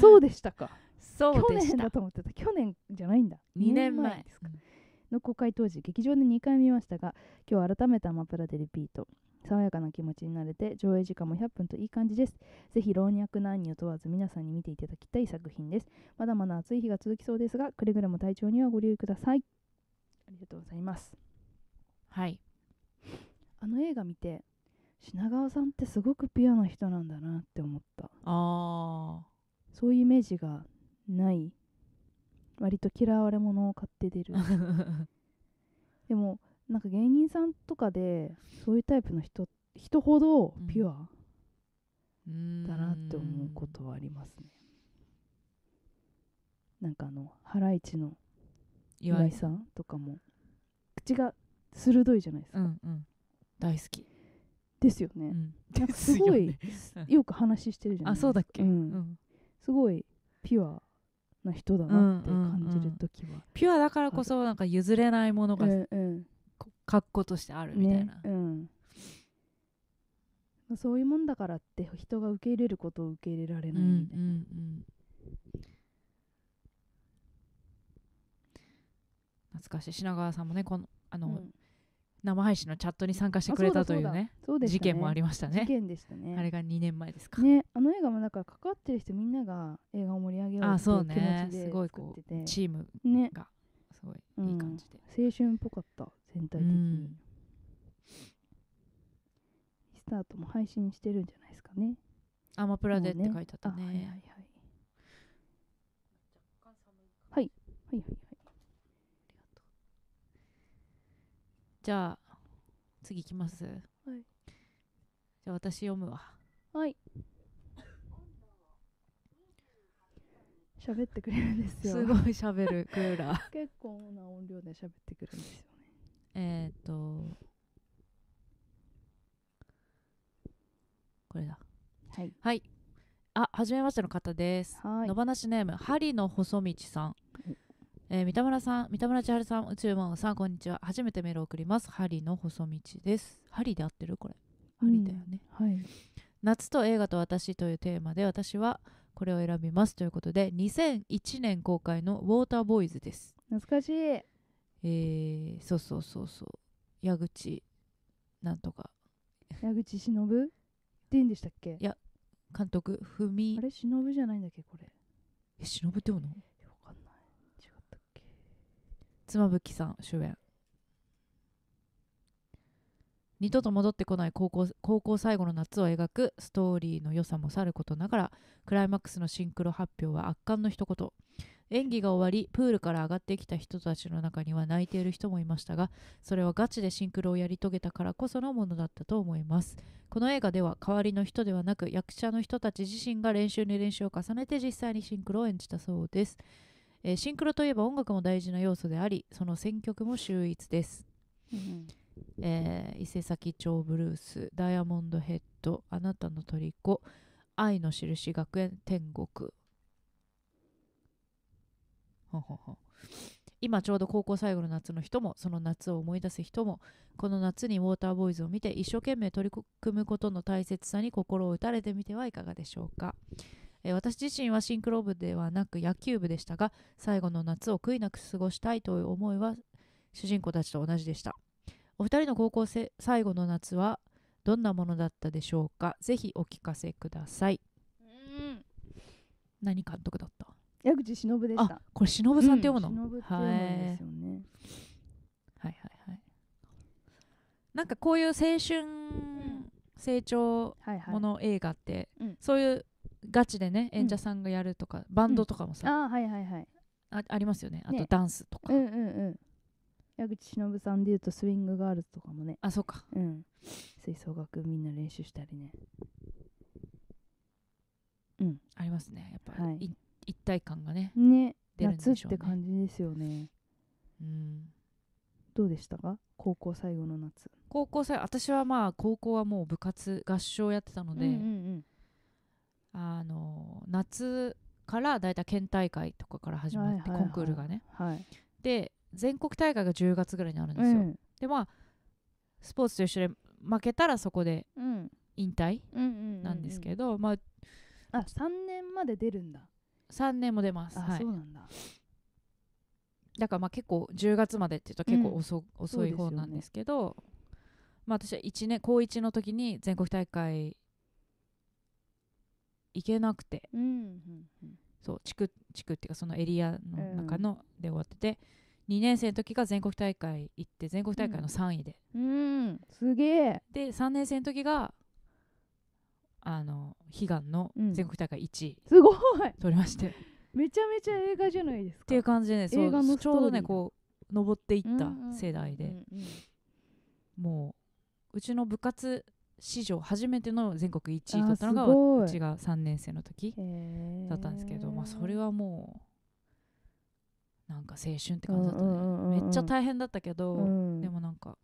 Speaker 4: そうでしたか
Speaker 3: そう
Speaker 4: 去
Speaker 3: でし
Speaker 4: 年
Speaker 3: た
Speaker 4: だと思ってた去年じゃないんだ
Speaker 3: 2年前
Speaker 4: ですかの公開当時劇場で2回見ましたが今日改めてアマプラでリピート爽やかな気持ちになれて上映時間も100分といい感じですぜひ老若男女問わず皆さんに見ていただきたい作品ですまだまだ暑い日が続きそうですがくれぐれも体調にはご留意くださいありがとうございます
Speaker 3: はい
Speaker 4: あの映画見て品川さんってすごくピュアな人なんだなって思った
Speaker 3: あ
Speaker 4: そういうイメージがない割と嫌われ者を買っ て出る
Speaker 3: あ
Speaker 4: でもなんか芸人さんとかでそういうタイプの人人ほどピュアだなって思うことはありますね、なんかあのハライチの
Speaker 3: 岩
Speaker 4: 岩
Speaker 3: 井
Speaker 4: 井さんとかも口が鋭いじゃないですか、
Speaker 3: うんうん大好き、
Speaker 4: ですよ
Speaker 3: う
Speaker 4: ね、
Speaker 3: ん、
Speaker 4: なんかすごいよく話してるじゃな い
Speaker 3: あ
Speaker 4: ですか
Speaker 3: そうだっけ、
Speaker 4: うん
Speaker 3: うん
Speaker 4: すごいピュアな人だなって感じる時は、
Speaker 3: ピュアだからこそなんか譲れないものが
Speaker 4: うん
Speaker 3: こ格好としてある
Speaker 4: うん
Speaker 3: みたいな、
Speaker 4: ねうんまあそういうもんだからって人が受け入れることを受け入れられ
Speaker 3: う
Speaker 4: なんいみた
Speaker 3: う
Speaker 4: いな、
Speaker 3: んうん懐かしい品川さんもねこのあの、
Speaker 4: うん
Speaker 3: 生配信のチャットに参加してくれたというね
Speaker 4: そうでしたね
Speaker 3: 事件もありました
Speaker 4: 事
Speaker 3: ね
Speaker 4: 件でしたね
Speaker 3: あれが2年前ですか、
Speaker 4: ねあの映画もだから関わってる人みんなが映画を盛り上げよう
Speaker 3: あ
Speaker 4: ってい
Speaker 3: そうう
Speaker 4: 気
Speaker 3: ね
Speaker 4: 持ち
Speaker 3: す
Speaker 4: で
Speaker 3: ご
Speaker 4: 作
Speaker 3: いこ
Speaker 4: ってて
Speaker 3: うチーム
Speaker 4: ね
Speaker 3: がすごいいい感じで、
Speaker 4: 青春っぽかった全体的に、
Speaker 3: うん
Speaker 4: スタートも配信してるんじゃないですかね
Speaker 3: アマプラでって
Speaker 4: もうね
Speaker 3: 書いてあったね
Speaker 4: あはいはいはいはいはいはいはい
Speaker 3: じゃあ次行きます、
Speaker 4: い
Speaker 3: じゃあ私読むわ
Speaker 4: はい。喋ってくれるんですよ。
Speaker 3: すごい喋るクーラー
Speaker 4: 結構な音量で喋ってくれるんですよね。
Speaker 3: えっとこれだ
Speaker 4: はい。
Speaker 3: はいあはじめましての方です
Speaker 4: はい
Speaker 3: 野放しネーム針の細道さん、えー三田村さん三田村千春さん宇宙マンさんこんにちは初めてメールを送ります針の細道です針で合ってるこれ針だよね、
Speaker 4: はい。
Speaker 3: 夏と映画と私というテーマで私はこれを選びますということで2001年公開の「ウォーターボーイズ」です
Speaker 4: 懐かしい。
Speaker 3: えー、そうそうそうそう矢口なんとか
Speaker 4: 矢口忍でいいんでしたっけ？
Speaker 3: 監督文
Speaker 4: あれ忍じゃないんだっけこれ？
Speaker 3: え忍ってうの
Speaker 4: わかんない。違ったっけ？
Speaker 3: 妻夫木さん主演二度と戻ってこない高校高校最後の夏を描くストーリーの良さもさることながらクライマックスのシンクロ発表は圧巻の一言演技が終わりプールから上がってきた人たちの中には泣いている人もいましたがそれはガチでシンクロをやり遂げたからこそのものだったと思いますこの映画では代わりの人ではなく役者の人たち自身が練習に練習を重ねて実際にシンクロを演じたそうですえーシンクロといえば音楽も大事な要素でありその選曲も秀逸です、
Speaker 4: うん
Speaker 3: えー伊勢崎町ブルースダイヤモンドヘッドあなたの虜愛の印学園天国ほんほんほん今ちょうど高校最後の夏の人もその夏を思い出す人もこの夏にウォーターボーイズを見て一生懸命取り組むことの大切さに心を打たれてみてはいかがでしょうか、えー私自身はシンクロ部ではなく野球部でしたが最後の夏を悔いなく過ごしたいという思いは主人公たちと同じでしたお二人の高校生最後の夏はどんなものだったでしょうかぜひお聞かせください何監督だった
Speaker 4: え矢口忍でした
Speaker 3: あこれ忍さんって読むの、
Speaker 4: 忍って読
Speaker 3: は
Speaker 4: む
Speaker 3: い
Speaker 4: んですよね
Speaker 3: はいはいはいなんかこういう青春、成長
Speaker 4: はいはい
Speaker 3: もの映画って、
Speaker 4: うん
Speaker 3: そういうガチでね演者さんがやるとか、バンドとかも
Speaker 4: あ
Speaker 3: さ、
Speaker 4: ーはいはいはい
Speaker 3: あありますよねあと
Speaker 4: ね
Speaker 3: ダンスとか、
Speaker 4: うんうんうん矢口忍さんでいうとスイングガールズとかもね
Speaker 3: あそうか
Speaker 4: うん吹奏楽みんな練習したりね
Speaker 3: ありますねやっぱ、
Speaker 4: はい
Speaker 3: い一体感がね、
Speaker 4: ね
Speaker 3: 出るんでしょ
Speaker 4: 夏
Speaker 3: う
Speaker 4: っ
Speaker 3: ね
Speaker 4: て感じですよね
Speaker 3: うん、
Speaker 4: どうでしたか高校最後の夏
Speaker 3: 高校生私はまあ高校はもう部活合唱やってたので、
Speaker 4: うんうん
Speaker 3: あの夏からだいたい県大会とかから始まって、
Speaker 4: はいはいはい
Speaker 3: コンクールがね
Speaker 4: うんはい
Speaker 3: で全国大会が10月ぐらいにあるんですよ、
Speaker 4: うん
Speaker 3: でまあスポーツと一緒で負けたらそこで
Speaker 4: うん
Speaker 3: 引退
Speaker 4: うんうん
Speaker 3: なんですけ
Speaker 4: ど
Speaker 3: ど、まあ
Speaker 4: あ三年まで出るんだ
Speaker 3: 3年も出ます、
Speaker 4: あ
Speaker 3: はい
Speaker 4: そう、なんだ
Speaker 3: だからまあ結構10月までっていうと結
Speaker 4: う
Speaker 3: 構
Speaker 4: ん
Speaker 3: 遅,、
Speaker 4: そう
Speaker 3: 遅
Speaker 4: です
Speaker 3: い
Speaker 4: よね
Speaker 3: 方なんですけどまあ私は一年高1の時に全国大会行けなくて
Speaker 4: うんうんうん
Speaker 3: そう地区地区っていうかそのエリアの中ので終わってて、2年生の時が全国大会行って全国大会の3位で、
Speaker 4: うんすげえ
Speaker 3: で3年生の時があの悲願の
Speaker 4: うん
Speaker 3: 全国大会1位
Speaker 4: すごい
Speaker 3: 取りまして、っ
Speaker 4: めちゃめちゃ映画じゃないですか
Speaker 3: ていう感じでねそう
Speaker 4: 映画のス
Speaker 3: ちょ
Speaker 4: トーリ
Speaker 3: う
Speaker 4: ー
Speaker 3: ど
Speaker 4: だ
Speaker 3: ねこう登っていっ
Speaker 4: う
Speaker 3: た
Speaker 4: んうん
Speaker 3: 世代で、
Speaker 4: うんうん
Speaker 3: もううちの部活史上初めての全国1位だったの
Speaker 4: あすご
Speaker 3: が
Speaker 4: いう
Speaker 3: ちが3年生の時
Speaker 4: へえ
Speaker 3: だったんですけど、まあ、それはもうなんか青春って感じだった
Speaker 4: うんうんうんう
Speaker 3: ね
Speaker 4: ん
Speaker 3: めっちゃ大変だったけど、
Speaker 4: うん
Speaker 3: でもなんか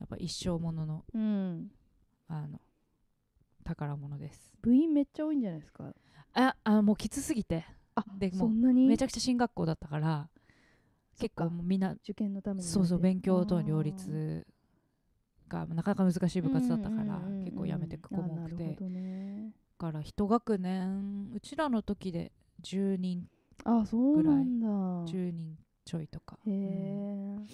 Speaker 3: やっぱ一生ものの
Speaker 4: うん
Speaker 3: あの宝物です
Speaker 4: 部員めっちゃ多いんじゃないですか
Speaker 3: ああもうきつすぎて
Speaker 4: あ
Speaker 3: で
Speaker 4: そ
Speaker 3: も
Speaker 4: んなに
Speaker 3: めちゃくちゃ進学校だったから結構
Speaker 4: そっか
Speaker 3: もうみんな
Speaker 4: 受験のために
Speaker 3: そうそう勉強との両
Speaker 4: あー
Speaker 3: 立がなかなか難しい部活だったから
Speaker 4: うんうんうんうん
Speaker 3: 結構やめてく子も多く
Speaker 4: あなる
Speaker 3: て
Speaker 4: ほどね
Speaker 3: だから一学年うちらの時で10人
Speaker 4: あそうなんだ
Speaker 3: 10人ちょいとか、
Speaker 4: へ
Speaker 3: うん
Speaker 4: え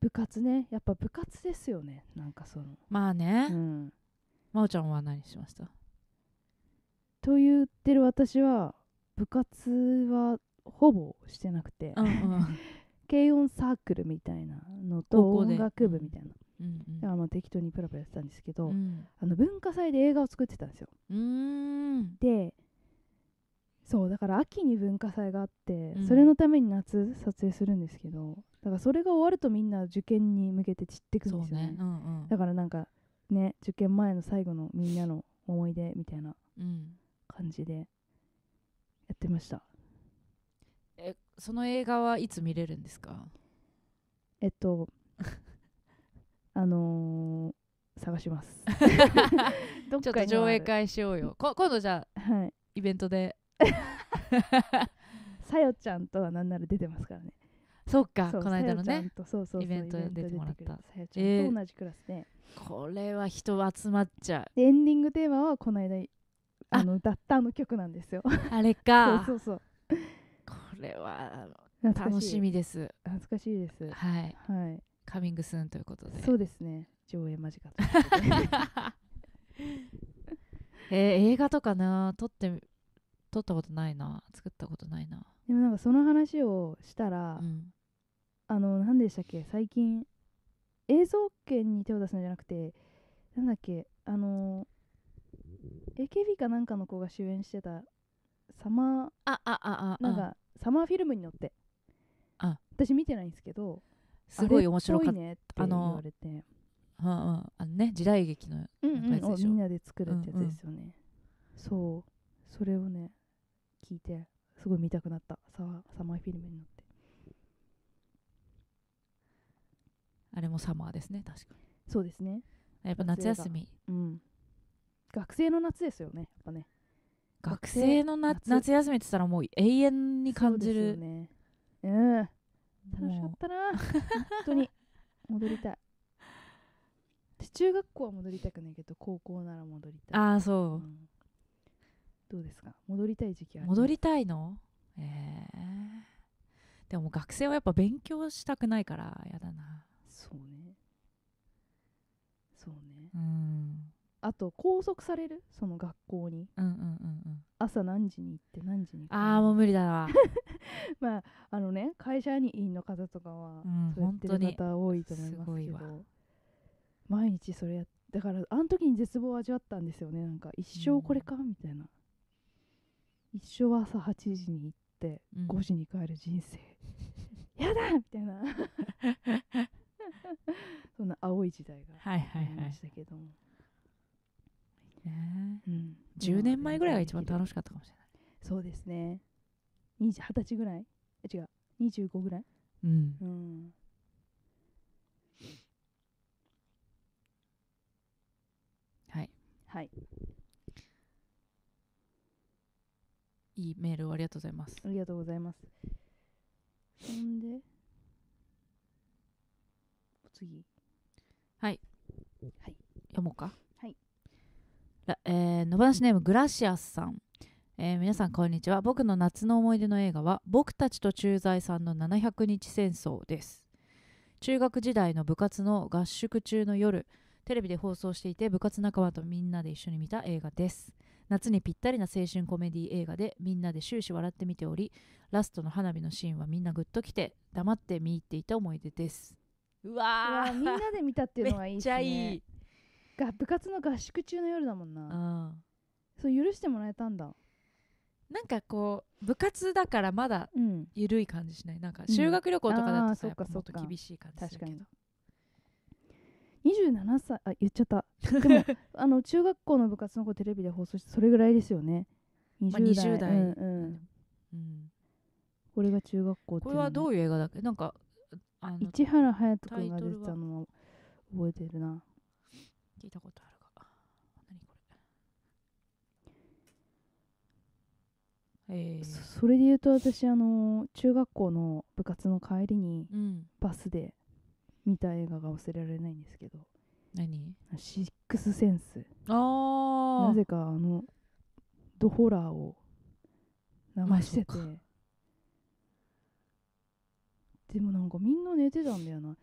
Speaker 4: 部活ねやっぱ部活ですよねなんかその
Speaker 3: まあね、
Speaker 4: うん
Speaker 3: まおちゃんは何しました
Speaker 4: と言ってる私は部活はほぼしてなくて、
Speaker 3: うんうん
Speaker 4: 軽音サークルみたいなのと
Speaker 3: 高校で
Speaker 4: 音楽部みたいな、
Speaker 3: うん
Speaker 4: だからまあ適当にプラプラやってたんですけど、
Speaker 3: うん
Speaker 4: あの文化祭で映画を作ってたんですよ
Speaker 3: うん
Speaker 4: でそうだから秋に文化祭があって、
Speaker 3: ん
Speaker 4: それのために夏撮影するんですけどだからそれが終わるとみんな受験に向けて散ってくん
Speaker 3: そ
Speaker 4: で
Speaker 3: う
Speaker 4: すよね
Speaker 3: ねうん
Speaker 4: だからなんかね受験前の最後のみんなの思い出みたいな
Speaker 3: うんうん
Speaker 4: 感じでやってました
Speaker 3: えその映画はいつ見れるんです か
Speaker 4: えっ とあのー探します どっ
Speaker 3: ちょっ
Speaker 4: か
Speaker 3: と
Speaker 4: に
Speaker 3: 上
Speaker 4: はある
Speaker 3: 映会しようよこ今度じゃあ
Speaker 4: はい
Speaker 3: イベントで
Speaker 4: さよちゃんとはなんなら出てますからね
Speaker 3: そっか
Speaker 4: そう
Speaker 3: この間の
Speaker 4: さよちゃん
Speaker 3: ね
Speaker 4: とそうそうそう
Speaker 3: イベントで出てもらった
Speaker 4: イベントで出くるさよちゃんと同じクラスで、
Speaker 3: これは人集まっちゃ う
Speaker 4: でエンディングテーマはこの間
Speaker 3: あ
Speaker 4: あの歌ったあの曲なんですよ。
Speaker 3: あれか
Speaker 4: そうそう
Speaker 3: これは
Speaker 4: そう。懐か
Speaker 3: 楽
Speaker 4: しい
Speaker 3: しみです
Speaker 4: 懐かしいです。は
Speaker 3: はい
Speaker 4: い。
Speaker 3: カミングスーンということで
Speaker 4: そうですね。上映間近ということで
Speaker 3: えー映画とかな撮って撮ったことないな作ったことないな、
Speaker 4: でもなんかその話をしたら、
Speaker 3: うん、
Speaker 4: あの何でしたっけ最近映像権に手を出すのじゃなくてなんだっけあの AKB かなんかの子が主演してたサマー
Speaker 3: ああああ
Speaker 4: なん
Speaker 3: あ
Speaker 4: かサマーフィルムに乗って
Speaker 3: あ
Speaker 4: 私見てないんですけど
Speaker 3: すごい面白か
Speaker 4: あ
Speaker 3: った
Speaker 4: れぽいねって
Speaker 3: あ
Speaker 4: 言
Speaker 3: の
Speaker 4: われて。
Speaker 3: うんうんあのね時代劇の
Speaker 4: うん
Speaker 3: なんかやつ
Speaker 4: うん、
Speaker 3: で
Speaker 4: を
Speaker 3: し
Speaker 4: み
Speaker 3: ょ
Speaker 4: んなで作るってやつですよね、そうそれをね聞いてすごい見たくなったサワサマーフィルムになって
Speaker 3: あれもサマーですね確か
Speaker 4: そうですね
Speaker 3: にやっぱ夏休み
Speaker 4: うん学生の夏ですよねやっぱね
Speaker 3: 学生のな
Speaker 4: 夏
Speaker 3: 夏休みって言ったらもう永遠に感じ
Speaker 4: そう
Speaker 3: る
Speaker 4: ですよねうん楽しかっ
Speaker 3: も
Speaker 4: たな本当に戻りたい私中学校は戻りたくないけど高校なら戻り
Speaker 3: う
Speaker 4: たい
Speaker 3: ああ
Speaker 4: う
Speaker 3: そ
Speaker 4: んどうですか戻りたい時期
Speaker 3: う
Speaker 4: はあます
Speaker 3: 戻りたいのえー、でも学生はやっぱ勉強したくないからやだな
Speaker 4: そうねそうね
Speaker 3: うん
Speaker 4: あと拘束されるその学校に
Speaker 3: うんうんうんうん
Speaker 4: 朝朝何時に行って何時に帰る
Speaker 3: ああもう無理だ わ
Speaker 4: まああのね会社員の方とかは
Speaker 3: うん
Speaker 4: そうやってる
Speaker 3: 本当
Speaker 4: 方多いと思います
Speaker 3: すご
Speaker 4: け
Speaker 3: い
Speaker 4: ど、
Speaker 3: わ
Speaker 4: 毎日それやっだからあの時に絶望を味わったんですよねなんか一生これかみたいな、一生朝8時に行って
Speaker 3: うん
Speaker 4: 5時に帰る人生、 やだみたい なそんな青い時代が
Speaker 3: はいは
Speaker 4: あ
Speaker 3: い
Speaker 4: り
Speaker 3: は
Speaker 4: ま
Speaker 3: い
Speaker 4: し、たけども、
Speaker 3: ね
Speaker 4: うん
Speaker 3: え、10年前ぐらいが一番楽
Speaker 4: しい
Speaker 3: しかったかもしれない
Speaker 4: そうですね20 20歳ぐらい違う25ぐらい
Speaker 3: うん
Speaker 4: うん
Speaker 3: はい
Speaker 4: はい
Speaker 3: いいメールをありがとうございます
Speaker 4: ありがとうございます。ほんで、次。
Speaker 3: 読もうか
Speaker 4: はい
Speaker 3: らえー野放しネームグラシアスさん、えー皆さんこんにちは僕の夏の思い出の映画は僕たちと駐在さんの700日戦争です中学時代の部活の合宿中の夜テレビで放送していて部活仲間とみんなで一緒に見た映画です夏にぴったりな青春コメディ映画でみんなで終始笑って見ておりラストの花火のシーンはみんなグッときて黙って見入っていた思い出ですう
Speaker 4: うわ
Speaker 3: わ
Speaker 4: ーみんなで見たっていうのが
Speaker 3: め
Speaker 4: いいで
Speaker 3: っ
Speaker 4: す
Speaker 3: ち
Speaker 4: ね。
Speaker 3: ゃいい、
Speaker 4: が部活の合宿中の夜だもん
Speaker 3: う
Speaker 4: な。
Speaker 3: ん
Speaker 4: そう許してもらえたんだ。
Speaker 3: なんかこう部活だからまだ
Speaker 4: うん。
Speaker 3: 緩い感じしないなんか
Speaker 4: うん
Speaker 3: 修学旅行とかだ
Speaker 4: あ
Speaker 3: と
Speaker 4: ー
Speaker 3: さ、
Speaker 4: そっ
Speaker 3: やっぱ
Speaker 4: か
Speaker 3: もっ
Speaker 4: そ
Speaker 3: と
Speaker 4: っか
Speaker 3: 厳しい感じするけど
Speaker 4: 確27歳あ言っちゃった。で もあの中学校の部活の子テレビで放送してそれぐらいですよね。20
Speaker 3: まあ
Speaker 4: 代。
Speaker 3: 20代
Speaker 4: うんうん。
Speaker 3: うん、
Speaker 4: これが中学校って
Speaker 3: こ
Speaker 4: いう
Speaker 3: れ
Speaker 4: の
Speaker 3: はどういう映画だっけなんかあの
Speaker 4: 市原隼人君が
Speaker 3: タイト
Speaker 4: 出
Speaker 3: ル
Speaker 4: て
Speaker 3: は
Speaker 4: たのは覚えてるな。
Speaker 3: 聞いたことあるか何これえー、
Speaker 4: そそれで言うと私あの中学校の部活の帰りに
Speaker 3: うん
Speaker 4: バスで見た映画が忘れられないんですけど
Speaker 3: 何
Speaker 4: 「シックスセンス」
Speaker 3: あ
Speaker 4: な
Speaker 3: あ
Speaker 4: ぜかあのドホラーを流してて
Speaker 3: まあそ
Speaker 4: でもなんかみんな寝てたんだよな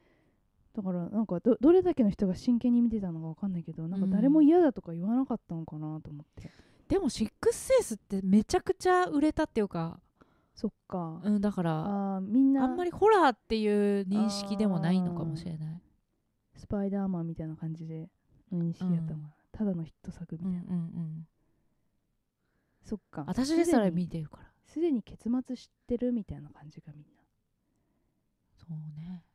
Speaker 4: だからなんかどどれだけの人が真剣に見てたのかわかんないけどなんか誰も嫌だとか言わなかったのかなと思って、
Speaker 3: でもシックスセンスってめちゃくちゃ売れたっていうか、
Speaker 4: そっか
Speaker 3: うん、だから
Speaker 4: あーみんな
Speaker 3: あんまりホラーっていう認識でもないのかもしれない
Speaker 4: スパイダーマンみたいな感じでの認識やったのかなただのヒット作み
Speaker 3: う
Speaker 4: た
Speaker 3: んう
Speaker 4: い
Speaker 3: ん
Speaker 4: な、
Speaker 3: うん
Speaker 4: そっか
Speaker 3: 私ですら
Speaker 4: すでに
Speaker 3: 見てるから
Speaker 4: すでに結末知ってるみたいな感じがみんな
Speaker 3: そうね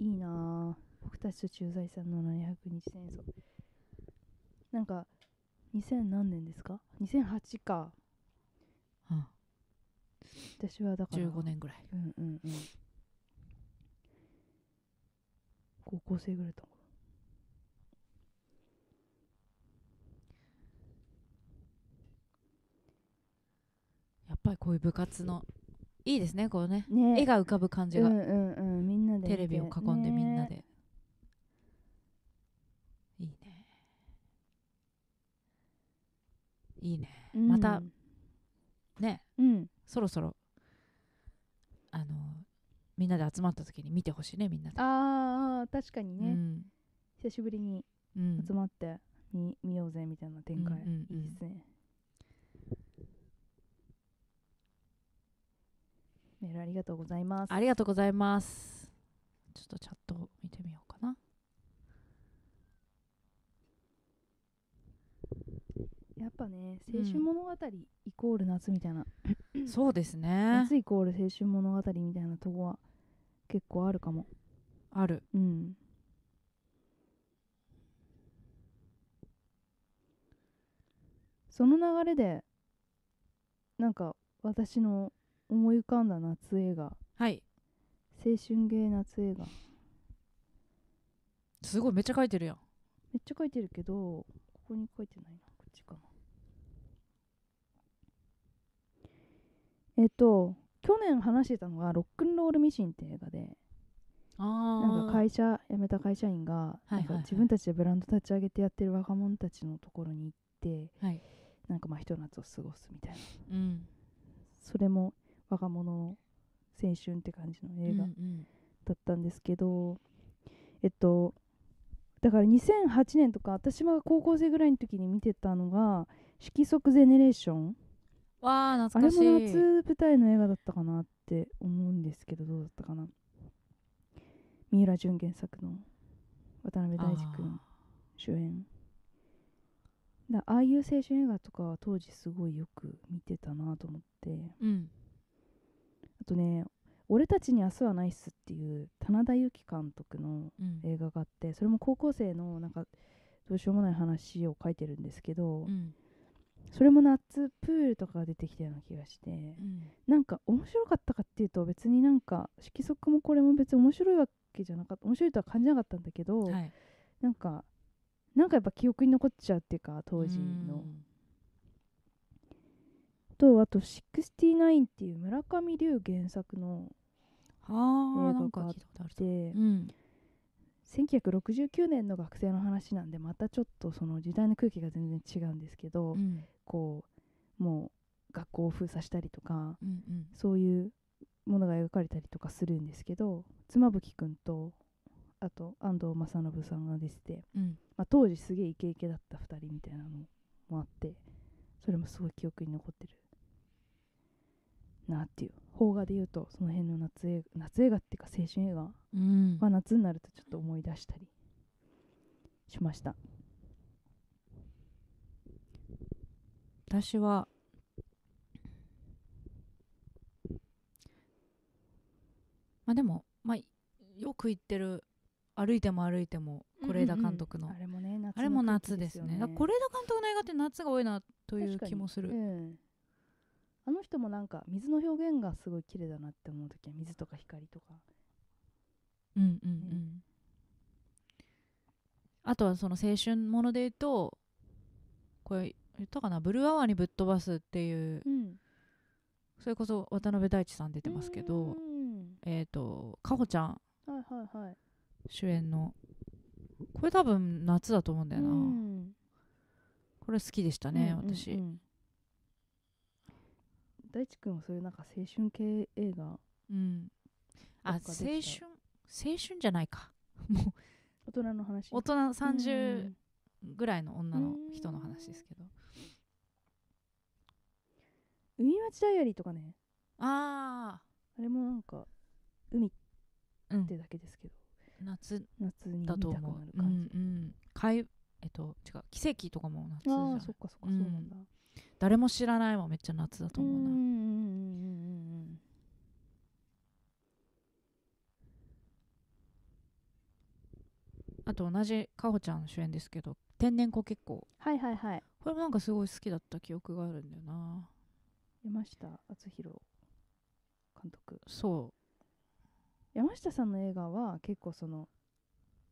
Speaker 4: いいなあ僕たちと駐在さんの700日戦争なんか2000何年ですか2008か
Speaker 3: うん
Speaker 4: 私はだから
Speaker 3: 15年ぐらい
Speaker 4: うんうんうん高校生ぐらいだったのか
Speaker 3: やっぱりこういう部活のいいですねこうね絵
Speaker 4: なね
Speaker 3: が浮かぶ感じ
Speaker 4: う
Speaker 3: が、
Speaker 4: んうんうんみんなで見て
Speaker 3: テレビを囲んでみんなで、
Speaker 4: ね
Speaker 3: いいねいいね
Speaker 4: えうん
Speaker 3: またね
Speaker 4: うん
Speaker 3: そろそろあのみんなで集まった時に見てほしいねみんなで
Speaker 4: あーあー確かに
Speaker 3: う
Speaker 4: ね
Speaker 3: ん
Speaker 4: 久しぶりに
Speaker 3: うん
Speaker 4: 集まって見見ようぜみたいな展開、
Speaker 3: うんうんうん
Speaker 4: いいですねメールありがとうございます
Speaker 3: ありがとうございますちょっとチャットを見てみようかな
Speaker 4: やっぱね
Speaker 3: うん
Speaker 4: 青春物語イコール夏みたいな、
Speaker 3: そうですね
Speaker 4: 夏イコール青春物語みたいなとこは結構あるかも
Speaker 3: ある
Speaker 4: うんその流れでなんか私の思い浮かんだ夏映画
Speaker 3: はい
Speaker 4: 青春芸夏映画
Speaker 3: すごいめっちゃ書いてるやん
Speaker 4: めっちゃ書いてるけどここに書いてないなこっちかなえっと去年話してたのが「ロックンロールミシン」って映画でなん
Speaker 3: あ
Speaker 4: か
Speaker 3: あ
Speaker 4: 会社辞めた会社員が
Speaker 3: いは
Speaker 4: ないん
Speaker 3: はい
Speaker 4: か自分たちでブランド立ち上げてやってる若者たちのところに行って
Speaker 3: はい
Speaker 4: なんかまあひと夏を過ごすみたいな
Speaker 3: うん
Speaker 4: それも若者の青春って感じの映画
Speaker 3: うんうん
Speaker 4: だったんですけど、えっとだから2008年とか私は高校生ぐらいの時に見てたのが「色即ゼネレーション」
Speaker 3: わあ
Speaker 4: あ
Speaker 3: 懐
Speaker 4: れ
Speaker 3: かし
Speaker 4: も
Speaker 3: い
Speaker 4: 夏舞台の映画だったかなって思うんですけどどうだったかな三浦淳原作の渡辺大
Speaker 3: あ
Speaker 4: 知
Speaker 3: ー
Speaker 4: 君主演だああいう青春映画とかは当時すごいよく見てたなと思って
Speaker 3: うん
Speaker 4: あとね「俺たちに明日はないっす」っていう棚田由紀監督の
Speaker 3: うん
Speaker 4: 映画があってそれも高校生のなんかどうしようもない話を書いてるんですけど、
Speaker 3: うん
Speaker 4: それも夏プールとかが出てきたような気がして、
Speaker 3: うん
Speaker 4: なんか面白かったかっていうと別になんか色即もこれも別に面白いわけじゃなかった面白いとは感じなかったんだけど、
Speaker 3: はい
Speaker 4: なんかなんかやっぱ記憶に残っちゃうっていうか当時の。とあと「69」っていう村上龍原作の
Speaker 3: うんああ
Speaker 4: 映画
Speaker 3: な
Speaker 4: が
Speaker 3: んか聞いたことある
Speaker 4: で、
Speaker 3: うん
Speaker 4: 1969年の学生の話なんでまたちょっとその時代の空気が全然違うんですけど、
Speaker 3: うん
Speaker 4: こうもう学校を封鎖したりとか
Speaker 3: うんうん
Speaker 4: そういうものが描かれたりとかするんですけど妻夫木君とあと安藤正信さんが出てて、
Speaker 3: うん
Speaker 4: まあ、当時すげえイケイケだった2人みたいなのもあってそれもすごい記憶に残ってるなっていう邦画で言うとその辺の夏映画夏映画っていうか青春映画
Speaker 3: うん
Speaker 4: まあ、夏になるとちょっと思い出したりしました。
Speaker 3: 私はまあでも、まあ、よく行ってる歩いても歩いても是枝監督の、
Speaker 4: あれもね夏の
Speaker 3: あれも夏です
Speaker 4: 空気
Speaker 3: ね
Speaker 4: よ
Speaker 3: だから是枝監督の映画って夏が多いなという気もする、
Speaker 4: うん、あの人もなんか水の表現がすごい綺麗だなって思う時は水とか光とか
Speaker 3: うんうんうんあとはその青春もので言うとこれ言ったかな「ブルーアワーにぶっ飛ばす」っていう
Speaker 4: うん
Speaker 3: それこそ渡辺大知さん出てますけど、
Speaker 4: うん
Speaker 3: えっ、とかほちゃん
Speaker 4: はいはいはい
Speaker 3: 主演のこれ多分夏だと思うんだよな、
Speaker 4: うん
Speaker 3: これ好きでしたね、
Speaker 4: うんうん
Speaker 3: 私、
Speaker 4: うん大地君はそういうなんか青春系映画
Speaker 3: うんあ
Speaker 4: ど
Speaker 3: 青
Speaker 4: っかできた
Speaker 3: 春青春じゃないかも
Speaker 4: 大人の話
Speaker 3: う大人
Speaker 4: う
Speaker 3: 30
Speaker 4: ん
Speaker 3: ぐらいの女の人の話ですけど、
Speaker 4: 海町ダイアリーとかね
Speaker 3: あ
Speaker 4: あれもなんか海っ
Speaker 3: あうん
Speaker 4: てだけですけど、
Speaker 3: 夏
Speaker 4: 夏に見た
Speaker 3: だ
Speaker 4: く
Speaker 3: と
Speaker 4: なる
Speaker 3: 思う、う
Speaker 4: 感
Speaker 3: ん
Speaker 4: じ、
Speaker 3: うん、かいえっと違う奇跡とかも夏じゃ
Speaker 4: あ
Speaker 3: な
Speaker 4: あ
Speaker 3: い
Speaker 4: そっかそっかそうなんだ、
Speaker 3: 誰も知らないもめっちゃ夏だと
Speaker 4: うん
Speaker 3: 思
Speaker 4: うん
Speaker 3: う
Speaker 4: う
Speaker 3: な、
Speaker 4: んうん
Speaker 3: あと同じかほちゃん主演ですけど天然子結構
Speaker 4: はいはいはい
Speaker 3: これもなんかすごい好きだった記憶があるんだよな
Speaker 4: 山下敦弘監督
Speaker 3: そ
Speaker 4: 山下さんの映画は結構その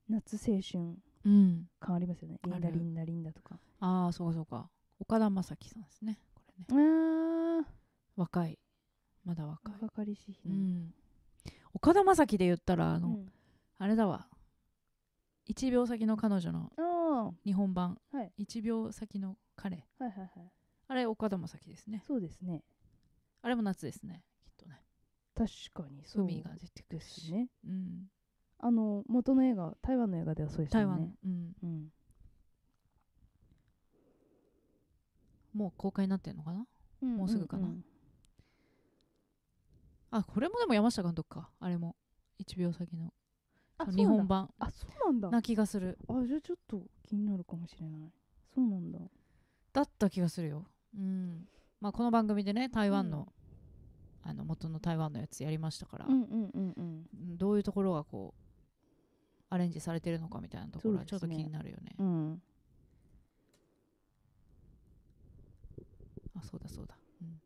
Speaker 4: 夏青春
Speaker 3: ううん
Speaker 4: 感ありますよねリ
Speaker 3: あ
Speaker 4: ンダ
Speaker 3: る
Speaker 4: リンダリンダとか
Speaker 3: ああそうかそうか岡田将生さんですねこれね
Speaker 4: あー
Speaker 3: 若いまだ若い
Speaker 4: 若かりし日
Speaker 3: う
Speaker 4: の、
Speaker 3: ん岡田将生で言ったらあ
Speaker 4: う
Speaker 3: の、
Speaker 4: ん
Speaker 3: あれだわ1秒先の彼女の
Speaker 4: ああ
Speaker 3: 日本版、
Speaker 4: はい
Speaker 3: 1秒先の彼
Speaker 4: はいはいはい
Speaker 3: あれ岡田将生ですね
Speaker 4: そうですね
Speaker 3: あれも夏ですねきっとね
Speaker 4: 確かにそう
Speaker 3: 海が出てく
Speaker 4: で
Speaker 3: るし
Speaker 4: すね
Speaker 3: うん、
Speaker 4: あの元の映画台湾の映画ではそうですよ
Speaker 3: 台
Speaker 4: ね
Speaker 3: 湾、うん、
Speaker 4: うん、
Speaker 3: もう公開になってんのかな
Speaker 4: も
Speaker 3: うすぐかなあこれもでも山下監督かあれも1秒先の
Speaker 4: あ
Speaker 3: そ
Speaker 4: そう
Speaker 3: の日
Speaker 4: な
Speaker 3: 本
Speaker 4: んだ
Speaker 3: 版
Speaker 4: あそうなんだ
Speaker 3: な気がする
Speaker 4: あじゃあちょっと気になるかもしれないそうなんだ
Speaker 3: だった気がするよ、うんまあ、この番組でね台湾の,、あの元の台湾のやつやりましたから、
Speaker 4: うんうんうんうん
Speaker 3: うんどういうところがこうアレンジされてるのかみたいなところはち
Speaker 4: そ
Speaker 3: ょ
Speaker 4: う
Speaker 3: っと
Speaker 4: ですね
Speaker 3: 気になるよね
Speaker 4: うん
Speaker 3: あそうだそうだ、うん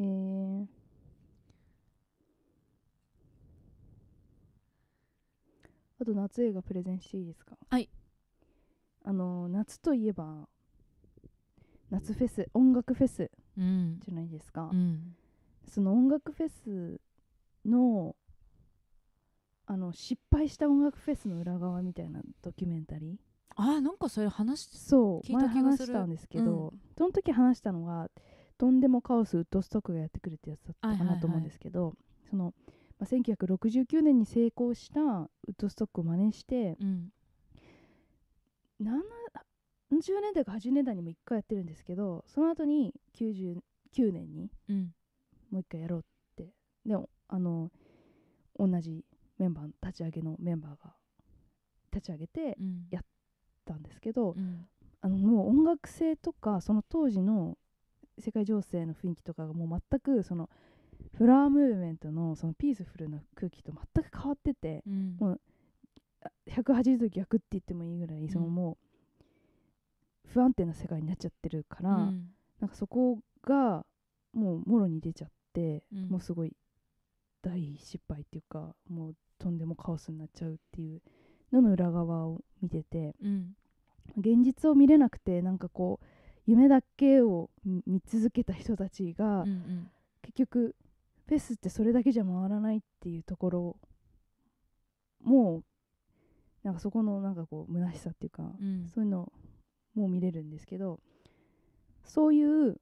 Speaker 4: えー、あと夏映画プレゼンしていいですか
Speaker 3: はい
Speaker 4: あの夏といえば夏フェス音楽フェス
Speaker 3: うん
Speaker 4: じゃないですか、
Speaker 3: うん、
Speaker 4: その音楽フェスのあの失敗した音楽フェスの裏側みたいなドキュメンタリー
Speaker 3: あーなんかそういう話
Speaker 4: そう
Speaker 3: 聞いた気がする
Speaker 4: 前話したんですけど、その時話したのは「とんでもカオスウッドストック」がやってくるってやつだったか
Speaker 3: はいはい
Speaker 4: な
Speaker 3: はい
Speaker 4: と思うんですけど、そのまあ、1969年に成功したウッドストックを真似して
Speaker 3: うん
Speaker 4: 70年代か80年代にも1回やってるんですけどその後に99年に
Speaker 3: うん
Speaker 4: もう1回やろうってでもあの同じメンバー立ち上げのメンバーが立ち上げて
Speaker 3: うん
Speaker 4: やたんですけど、
Speaker 3: うん
Speaker 4: あのもう音楽性とかその当時の世界情勢の雰囲気とかがもう全くそのフラワームーブメントのそのピースフルな空気と全く変わってて
Speaker 3: うん
Speaker 4: もうあ180度逆って言ってもいいぐらいその
Speaker 3: うん
Speaker 4: もう不安定な世界になっちゃってるから、
Speaker 3: うん
Speaker 4: なんかそこがもうもろに出ちゃって、
Speaker 3: うん
Speaker 4: もうすごい大失敗っていうかもうとんでもカオスになっちゃうっていうのの裏側を見てて。
Speaker 3: うん
Speaker 4: 現実を見れなくてなんかこう夢だけを見見続けた人たちが、
Speaker 3: うん
Speaker 4: 結局フェスってそれだけじゃ回らないっていうところもうなんかそこのなんかこう虚しさっていうか、
Speaker 3: うん
Speaker 4: そういうのもう見れるんですけどそういう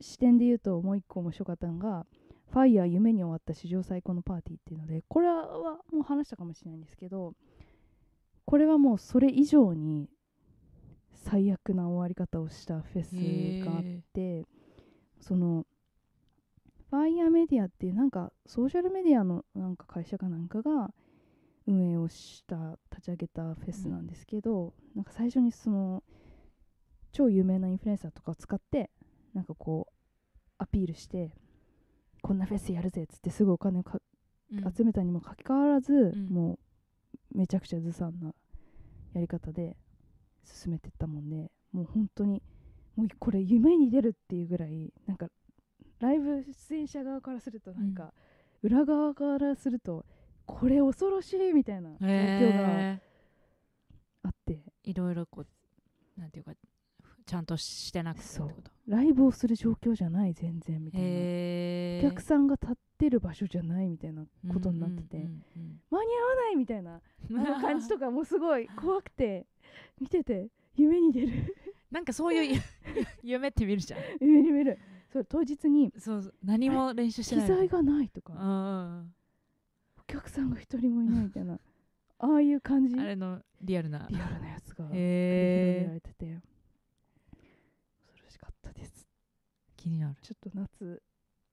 Speaker 4: 視点で言うともう一個面白かったのが「ファイヤー夢に終わった史上最高のパーティー」っていうのでこれはもう話したかもしれないんですけどこれはもうそれ以上に最悪な終わり方をしたフェスがあっ
Speaker 3: へ
Speaker 4: てそのファイヤーメディアっていうなんかソーシャルメディアのなんか会社かなんかが運営をした立ち上げたフェスなんですけど、なんか最初にその超有名なインフルエンサーとかを使ってなんかこうアピールしてこんなフェスやるぜっつってすぐお金をか
Speaker 3: ー
Speaker 4: 集めたにもかかわらず、
Speaker 3: うん
Speaker 4: もうめちゃくちゃずさんなやり方で進めてったもんでもう本当にもうこれ夢に出るっていうぐらいなんかライブ出演者側からするとなんか、裏側からするとこれ恐ろしいみたいな状
Speaker 3: うん
Speaker 4: 況が
Speaker 3: へ
Speaker 4: あって、
Speaker 3: ーいろいろこうなんていうかちゃんとしてなくてってこと
Speaker 4: ライブをする状況じゃない全然みたいな、
Speaker 3: へ
Speaker 4: お
Speaker 3: ー
Speaker 4: 客さんが立ってる場所じゃないみたいなことになってて、
Speaker 3: うんうん
Speaker 4: 間に合わないみたいな
Speaker 3: うん
Speaker 4: あの感じとかもうすごい怖くて見てて夢に出る
Speaker 3: なんかそういう夢って見るじゃん
Speaker 4: 夢に見るそれ当日に
Speaker 3: そうそう何も練習して
Speaker 4: 機
Speaker 3: ない
Speaker 4: 材がないと
Speaker 3: うん
Speaker 4: か
Speaker 3: うん
Speaker 4: お客さんが一人もいないみたいなああいう感じ
Speaker 3: うんあ
Speaker 4: リ
Speaker 3: れのリアルな
Speaker 4: アルなやつが繰り広げら
Speaker 3: へえ
Speaker 4: れてて恐ろしかったです
Speaker 3: 気になる
Speaker 4: ちょっと夏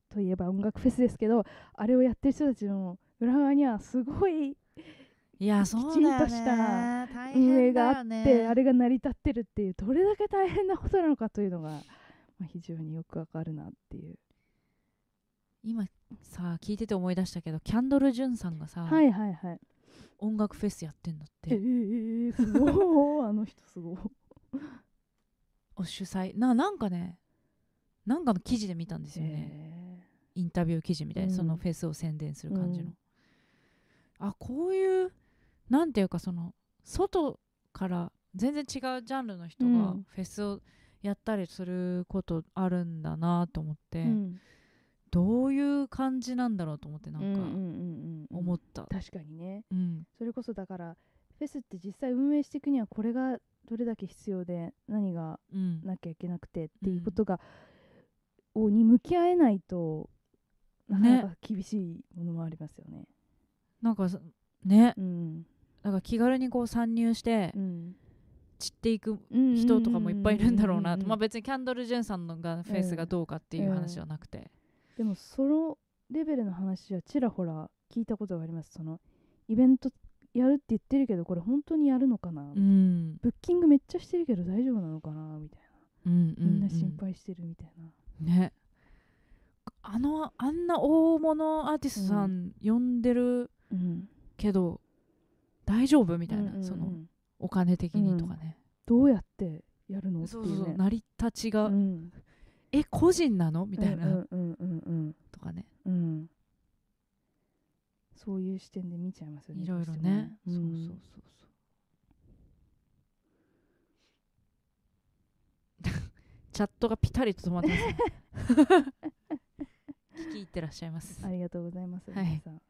Speaker 4: といえば音楽フェスですけどあれをやってる人たちの裏側にはすごい
Speaker 3: いやそうだよね
Speaker 4: きちんとした
Speaker 3: 大
Speaker 4: 運営
Speaker 3: 変だ
Speaker 4: があ
Speaker 3: よ
Speaker 4: っ
Speaker 3: ね
Speaker 4: てあれが成り立ってるっていうどれだけ大変なことなのかというのが、まあ、非常によくわかるなっていう
Speaker 3: 今さ聞いてて思い出したけどキャンドル・ジュンさんがさ、
Speaker 4: はいはいはい
Speaker 3: 音楽フェスやってんだっ
Speaker 4: ええ
Speaker 3: て
Speaker 4: ええすご いあの人すごい
Speaker 3: お主催ななんかねなんかの記事で見たんですよね、インタビュー記事みたいな、
Speaker 4: うん
Speaker 3: そのフェスを宣伝する感じの、あこういうなんていうかその外から全然違うジャンルの人
Speaker 4: う
Speaker 3: が
Speaker 4: ん
Speaker 3: フェスをやったりすることあるんだなと思って、
Speaker 4: えうん
Speaker 3: どういう感じなんだろうと思ってな
Speaker 4: うんうんう
Speaker 3: ん
Speaker 4: ん
Speaker 3: か
Speaker 4: うんうん
Speaker 3: 思った、
Speaker 4: 確かにね
Speaker 3: うん
Speaker 4: それこそだからフェスって実際運営していくにはこれがどれだけ必要で何が
Speaker 3: うん
Speaker 4: なきゃいけなくてっていうことが、をに向き合えないとなかなか厳しいものもありますよね。
Speaker 3: なんかそね
Speaker 4: うん
Speaker 3: だから気軽にこう参入して
Speaker 4: うん
Speaker 3: 散っていく
Speaker 4: うん
Speaker 3: 人とかもいっぱいいるんだろうな
Speaker 4: うんうん
Speaker 3: と
Speaker 4: うんうん
Speaker 3: まあ別にキャンドル・ジュンさんのがフェスがどうかっていう話
Speaker 4: うん
Speaker 3: じゃなくて、
Speaker 4: でもそのレベルの話はちらほら聞いたことがありますそのイベントやるって言ってるけどこれ本当にやるのかな、
Speaker 3: うん、
Speaker 4: ブッキングめっちゃしてるけど大丈夫なのかなみたい
Speaker 3: うんう
Speaker 4: なみんな
Speaker 3: う
Speaker 4: 心配してるみたいな、
Speaker 3: ねあのあんな大物アーティストさ
Speaker 4: うん
Speaker 3: 呼んでる
Speaker 4: うん、
Speaker 3: けど、大丈夫み
Speaker 4: み
Speaker 3: たいな、そのお金的にとかね、
Speaker 4: どうやってやるのってい
Speaker 3: そううそうそう
Speaker 4: ね
Speaker 3: 成り立ちが、
Speaker 4: うん
Speaker 3: え個人なのみたいな、
Speaker 4: うんうんうんうん
Speaker 3: とかね
Speaker 4: うんうんそういう視点で見ちゃいますよね
Speaker 3: いろいろね
Speaker 4: どうしてもねうん
Speaker 3: そうそうそうそう チャットがピタリと止まってますね聞き入ってらっしゃいます
Speaker 4: ありがとうございます、
Speaker 3: はい
Speaker 4: 皆さん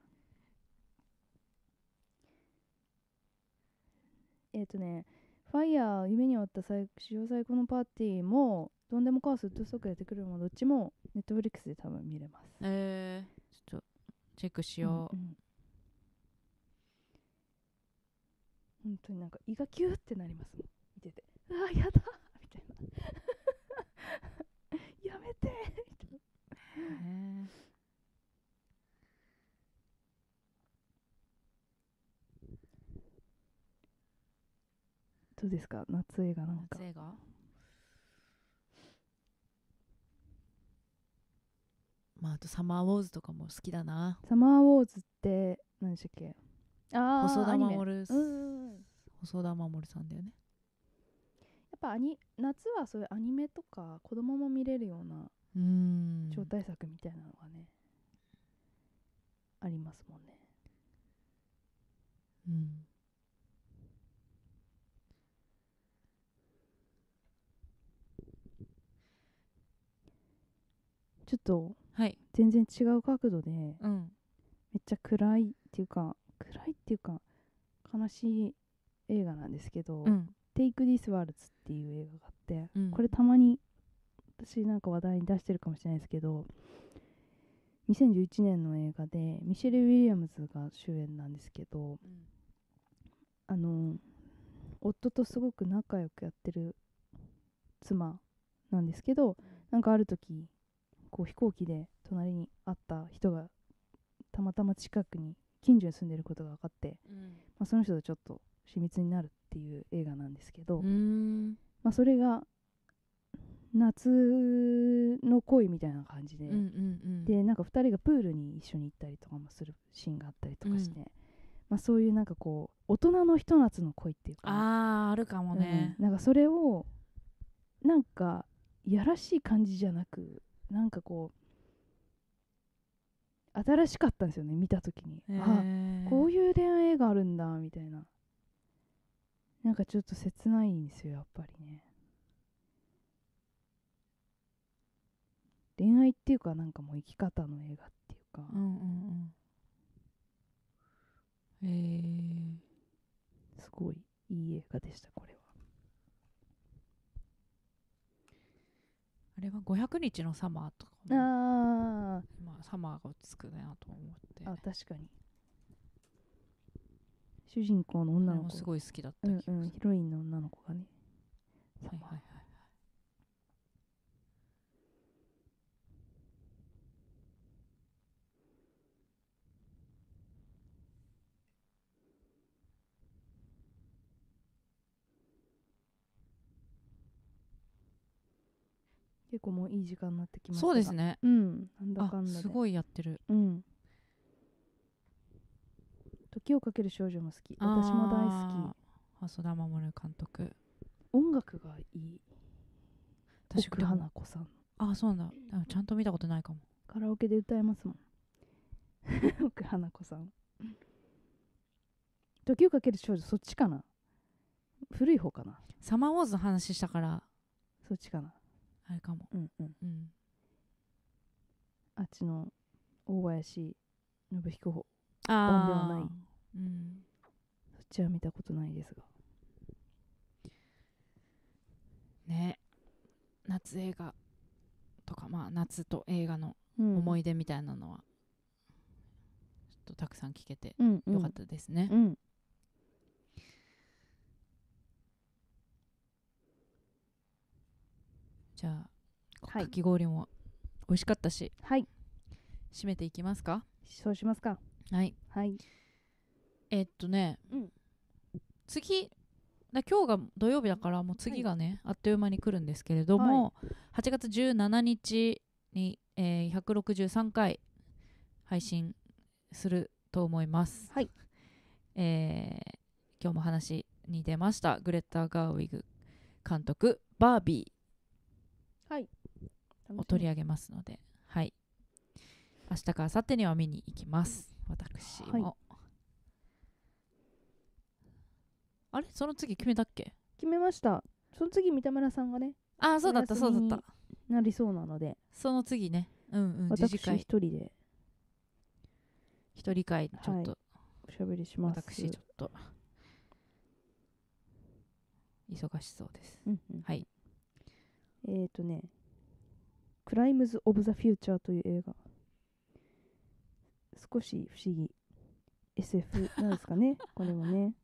Speaker 4: えっ、とね「ファイヤー夢に終わった最史上最高のパーティーも」とんでもカオスウッドストック出てくるもどっちもネットフリックスで多分見れます
Speaker 3: えー、ちょっとチェックしよう、
Speaker 4: んん本当になんか胃がキューってなりますもん見ててうわやだみたいな やめてみたい
Speaker 3: ね
Speaker 4: などうですか夏映画なんか
Speaker 3: 夏映画まああとサマーウォーズとかも好きだな
Speaker 4: サマーウォーズって何でしたっけああ
Speaker 3: 細田守
Speaker 4: やうんうんうん
Speaker 3: 細田守さんだよね
Speaker 4: っぱアニ夏はそういうアニメとか子供も見れるような
Speaker 3: うーん
Speaker 4: 超大作みたいなのがね、ありますもんね
Speaker 3: うん
Speaker 4: ちょっと
Speaker 3: はい
Speaker 4: 全然違う角度で
Speaker 3: うん
Speaker 4: めっちゃ暗いっていうか暗いっていうか悲しい映画なんですけど
Speaker 3: う
Speaker 4: 「
Speaker 3: ん、
Speaker 4: Take This Waltz」っていう映画があって、
Speaker 3: うん
Speaker 4: これたまに私なんか話題に出してるかもしれないですけど2011年の映画でミシェル・ウィリアムズが主演なんですけどあの夫とすごく仲良くやってる妻なんですけどなんかある時こう飛行機で隣に会った人がたまたま近くに近所に住んでることが分かって、
Speaker 3: うん
Speaker 4: まあ、その人とちょっと親密になるっていう映画なんですけど、
Speaker 3: うーん
Speaker 4: まあ、それが夏の恋みたいな感じで、
Speaker 3: うんうんうん
Speaker 4: でなんか2人がプールに一緒に行ったりとかもするシーンがあったりとかして、まあ、そういうなんかこう大人のひと夏の恋っていうか、
Speaker 3: あーあるかもね
Speaker 4: うん、なんかそれをなんかいやらしい感じじゃなくなんかこう新しかったんですよね見た時に、あ
Speaker 3: へー
Speaker 4: こういう恋愛映画あるんだみたいななんかちょっと切ないんですよやっぱりね恋愛っていうかなんかもう生き方の映画っていうか、
Speaker 3: うんうんうんえ
Speaker 4: すごいいい映画でしたこれは
Speaker 3: ー、あれは500日のサマーとかも
Speaker 4: あ
Speaker 3: まあ、サマーが落ち着くなと思って
Speaker 4: あ確かに主人公の女
Speaker 3: あれ
Speaker 4: の
Speaker 3: も
Speaker 4: 子
Speaker 3: すごい好きだった気
Speaker 4: うん
Speaker 3: がする、
Speaker 4: うん、ヒロインの女の子がねサ
Speaker 3: はい
Speaker 4: マー
Speaker 3: はいはい
Speaker 4: 結構もういい時間になってきました
Speaker 3: そうです
Speaker 4: ね
Speaker 3: ね
Speaker 4: うんなんだ
Speaker 3: あ
Speaker 4: かんだです
Speaker 3: ごいやってる
Speaker 4: うん時をかける少女も好き私も大好き
Speaker 3: き細田守監督
Speaker 4: 音楽がいい
Speaker 3: 私
Speaker 4: 奥花子さん
Speaker 3: あそうなんだあちゃんと見たことないかも
Speaker 4: カラオケで歌えますもん 奥花子さん時をかける少女そっちかな古い方かな
Speaker 3: サマーウォーズの話したから
Speaker 4: そっちかな
Speaker 3: あれかも
Speaker 4: うんうん
Speaker 3: うん
Speaker 4: あっちの大林信彦法
Speaker 3: あ
Speaker 4: ではない
Speaker 3: ーうん
Speaker 4: そっちは見たことないですが
Speaker 3: ね夏映画とかまあ夏と映画の
Speaker 4: 思
Speaker 3: 思
Speaker 4: い
Speaker 3: い出みたいなのは、ちょっとたくさん聞けて
Speaker 4: うん
Speaker 3: よかったですね、
Speaker 4: うん
Speaker 3: じゃあこ
Speaker 4: はい
Speaker 3: かき氷も美味しかったし
Speaker 4: はい
Speaker 3: 締めていきますか
Speaker 4: そうしますか
Speaker 3: はい
Speaker 4: はい
Speaker 3: えっとね、
Speaker 4: うん
Speaker 3: 次だ今日が土曜日だからもう次がね、あっという間に来るんですけれども、8月17日に、えー163回配信すると思います。
Speaker 4: はい
Speaker 3: えー今日も話に出ましたグレタ・ガーウィグ監督「バービー」を取り上げますので、はい、明日か明後日には見に行きます私も。
Speaker 4: は
Speaker 3: あれその次決めたっけ
Speaker 4: 決めましたその次三田村さんがね
Speaker 3: ああそうだった
Speaker 4: お
Speaker 3: そ
Speaker 4: 休
Speaker 3: う
Speaker 4: み
Speaker 3: だ
Speaker 4: に
Speaker 3: った
Speaker 4: なりそうなので
Speaker 3: その次ねうんうん自
Speaker 4: 私
Speaker 3: 治
Speaker 4: 一
Speaker 3: 会
Speaker 4: 人で
Speaker 3: 一人会ちょっと、
Speaker 4: おしゃべりします
Speaker 3: 私ちょっと忙しそうです
Speaker 4: うんうん
Speaker 3: はい
Speaker 4: えっ、とね「クライムズ・オブ・ザ・フューチャー」という映画少し不思議 SF なんですか ねこれはね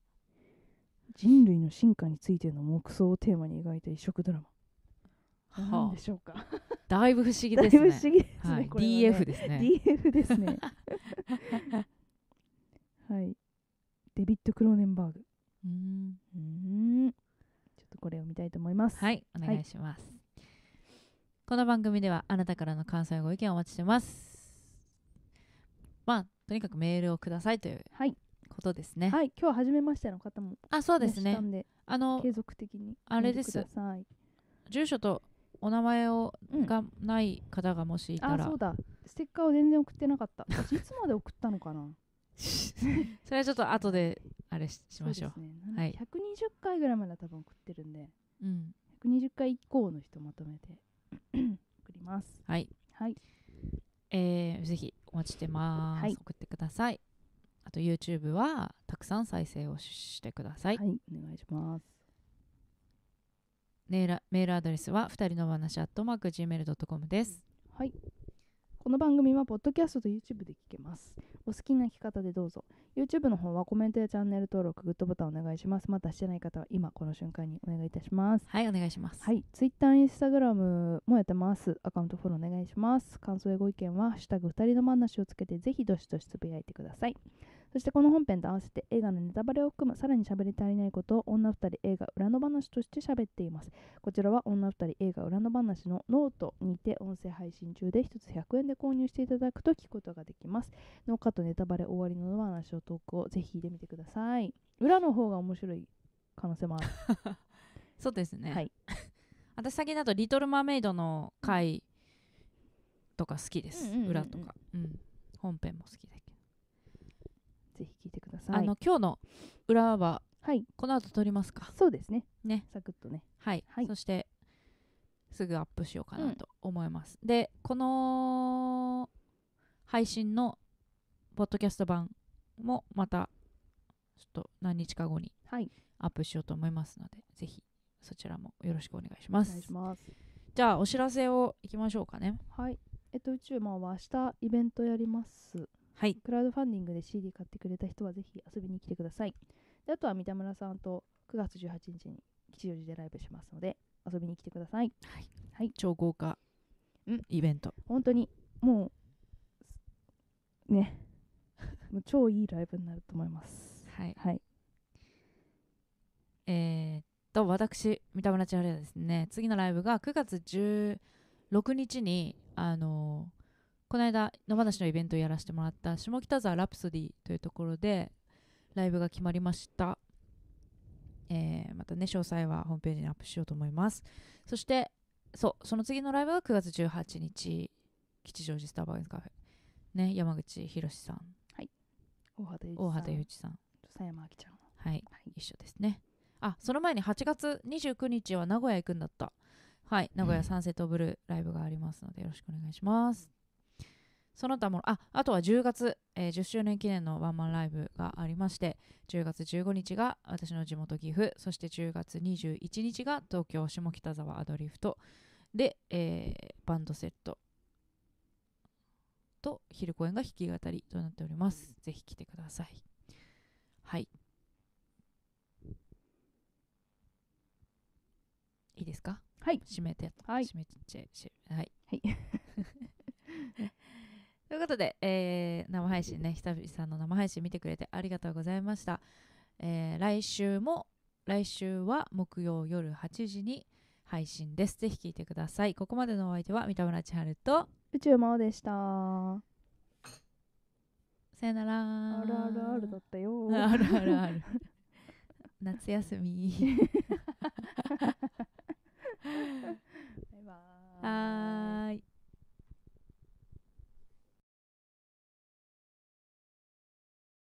Speaker 4: 人類の進化についての目想をテーマに描いた一色ドラマなん
Speaker 3: は
Speaker 4: でしょうか、
Speaker 3: あ、だいぶ不思議
Speaker 4: だい
Speaker 3: で
Speaker 4: ぶ
Speaker 3: す
Speaker 4: 不
Speaker 3: ね
Speaker 4: 思議ですね,、
Speaker 3: はい、
Speaker 4: これは
Speaker 3: DF
Speaker 4: ね
Speaker 3: ですね
Speaker 4: DF です ねはいデビッド・クローネンバーグ
Speaker 3: うん
Speaker 4: うーんちょっとこれを見たいと思います
Speaker 3: はい、お願いします。この番組ではあなたからの感想やご意見をお待ちしてます。まあ、とにかくメールをくださいという
Speaker 4: はい、
Speaker 3: ことですね。
Speaker 4: はい、今日は初めましての方も
Speaker 3: あ、そうです
Speaker 4: いらっし
Speaker 3: ね
Speaker 4: ゃった。んで
Speaker 3: あの
Speaker 4: 継続的に
Speaker 3: あれです
Speaker 4: メールください
Speaker 3: 住所とお名前を
Speaker 4: うん
Speaker 3: がない方がもしいた
Speaker 4: あ
Speaker 3: ら、
Speaker 4: そうだステッカーを全然送ってなかった私いつまで送ったの かな
Speaker 3: それはちょっと後であれししましょう。
Speaker 4: そうですね
Speaker 3: はい
Speaker 4: 120回ぐらいまでは多分送ってるんで
Speaker 3: うん、
Speaker 4: 120回以降の人まとめて 送ります
Speaker 3: はい、
Speaker 4: はい
Speaker 3: えーぜひお待ちしてます。
Speaker 4: はい
Speaker 3: 送ってください。あと YouTube はたくさん再生をしてくださ
Speaker 4: はいい、。お願いします
Speaker 3: メールメールアドレスは二人の話アットマーク Gmail.com です。
Speaker 4: はいこの番組はポッドキャストと YouTube で聞けますお好きな聞き方でどうぞ YouTube の方はコメントやチャンネル登録グッドボタンお願いしますまたしてない方は今この瞬間にお願いいたします
Speaker 3: はい、お願いします。
Speaker 4: はい、ツイッター、インスタグラムもやってます。アカウントフォローお願いします。感想やご意見は、ハッシュタグ二人のまんなしをつけて、ぜひどしどしつぶやいてください。そしてこの本編と合わせて映画のネタバレを含むさらに喋り足りないことを女二人映画裏の話として喋っています。こちらは女二人映画裏の話のノートにて音声配信中で1つ100円で購入していただくと聞くことができます。ノーカットネタバレ終わりの野放しをトークをぜひ聞いてみてください。裏の方が面白い可能性もある。
Speaker 3: そうですね。
Speaker 4: はい
Speaker 3: 私先だと「リトル・マーメイド」の回とか好きです、
Speaker 4: うんうんうんうん
Speaker 3: 裏とか、うん、本編も好きだけど、
Speaker 4: ぜひ聞いてください。
Speaker 3: あの今日の裏は
Speaker 4: はい、
Speaker 3: この後撮りますか
Speaker 4: そうですね。
Speaker 3: ね
Speaker 4: サクッとね。
Speaker 3: はい、
Speaker 4: はい
Speaker 3: そしてすぐアップしようかなと思います、でこの配信のポッドキャスト版もまたちょっと何日か後に
Speaker 4: はい。
Speaker 3: アップしようと思いますのでぜひそちらもよろしくお願いし
Speaker 4: お
Speaker 3: ます
Speaker 4: 願いします。
Speaker 3: じゃあお知らせをいきましょうかね
Speaker 4: はい。えっと、宇宙マンは明日イベントやります。
Speaker 3: はい
Speaker 4: クラウドファンディングで CD 買ってくれた人はぜひ遊びに来てください。であとは三田村さんと9月18日に吉祥寺でライブしますので遊びに来てください。
Speaker 3: 超豪華
Speaker 4: うん
Speaker 3: イベント
Speaker 4: 本当にもう、ね。もう超いいライブになると思います。
Speaker 3: はい
Speaker 4: はい。
Speaker 3: えーっと私三田村千春はですね次のライブが9月16日にあのーこの間野放しのイベントをやらせてもらった下北沢ラプソディというところでライブが決まりました、えーまたね詳細はホームページにアップしようと思いますそしてそうその次のライブが9月18日吉祥寺スターバックスカフェね山口博さん
Speaker 4: 大畑祐一さん。
Speaker 3: 大畑祐一さん
Speaker 4: 佐山明ちゃん。
Speaker 3: はい
Speaker 4: はい。
Speaker 3: 一緒ですねあその前に8月29日は名古屋行くんだったはい名古屋サンセットブルーライブがありますのでよろしくお願いしますその他もああとは10月、えー10周年記念のワンマンライブがありまして10月15日が私の地元岐阜そして10月21日が東京下北沢アドリフトで、えーバンドセットと昼公演が弾き語りとなっておりますぜひ来てくださいはいいいですか
Speaker 4: はい。
Speaker 3: 締めて、
Speaker 4: はい
Speaker 3: 締めてしはい。
Speaker 4: はい。
Speaker 3: ということで、えー生配信ね、久々の生配信見てくれてありがとうございました。えー来週も、来週は木曜夜8時に配信です。ぜひ聞いてください。ここまでのお相手は三田村千春と、
Speaker 4: 宇宙マオでした。あ
Speaker 3: さよなら
Speaker 4: るあるあるだったよ。
Speaker 3: あるあるあ る。夏休み。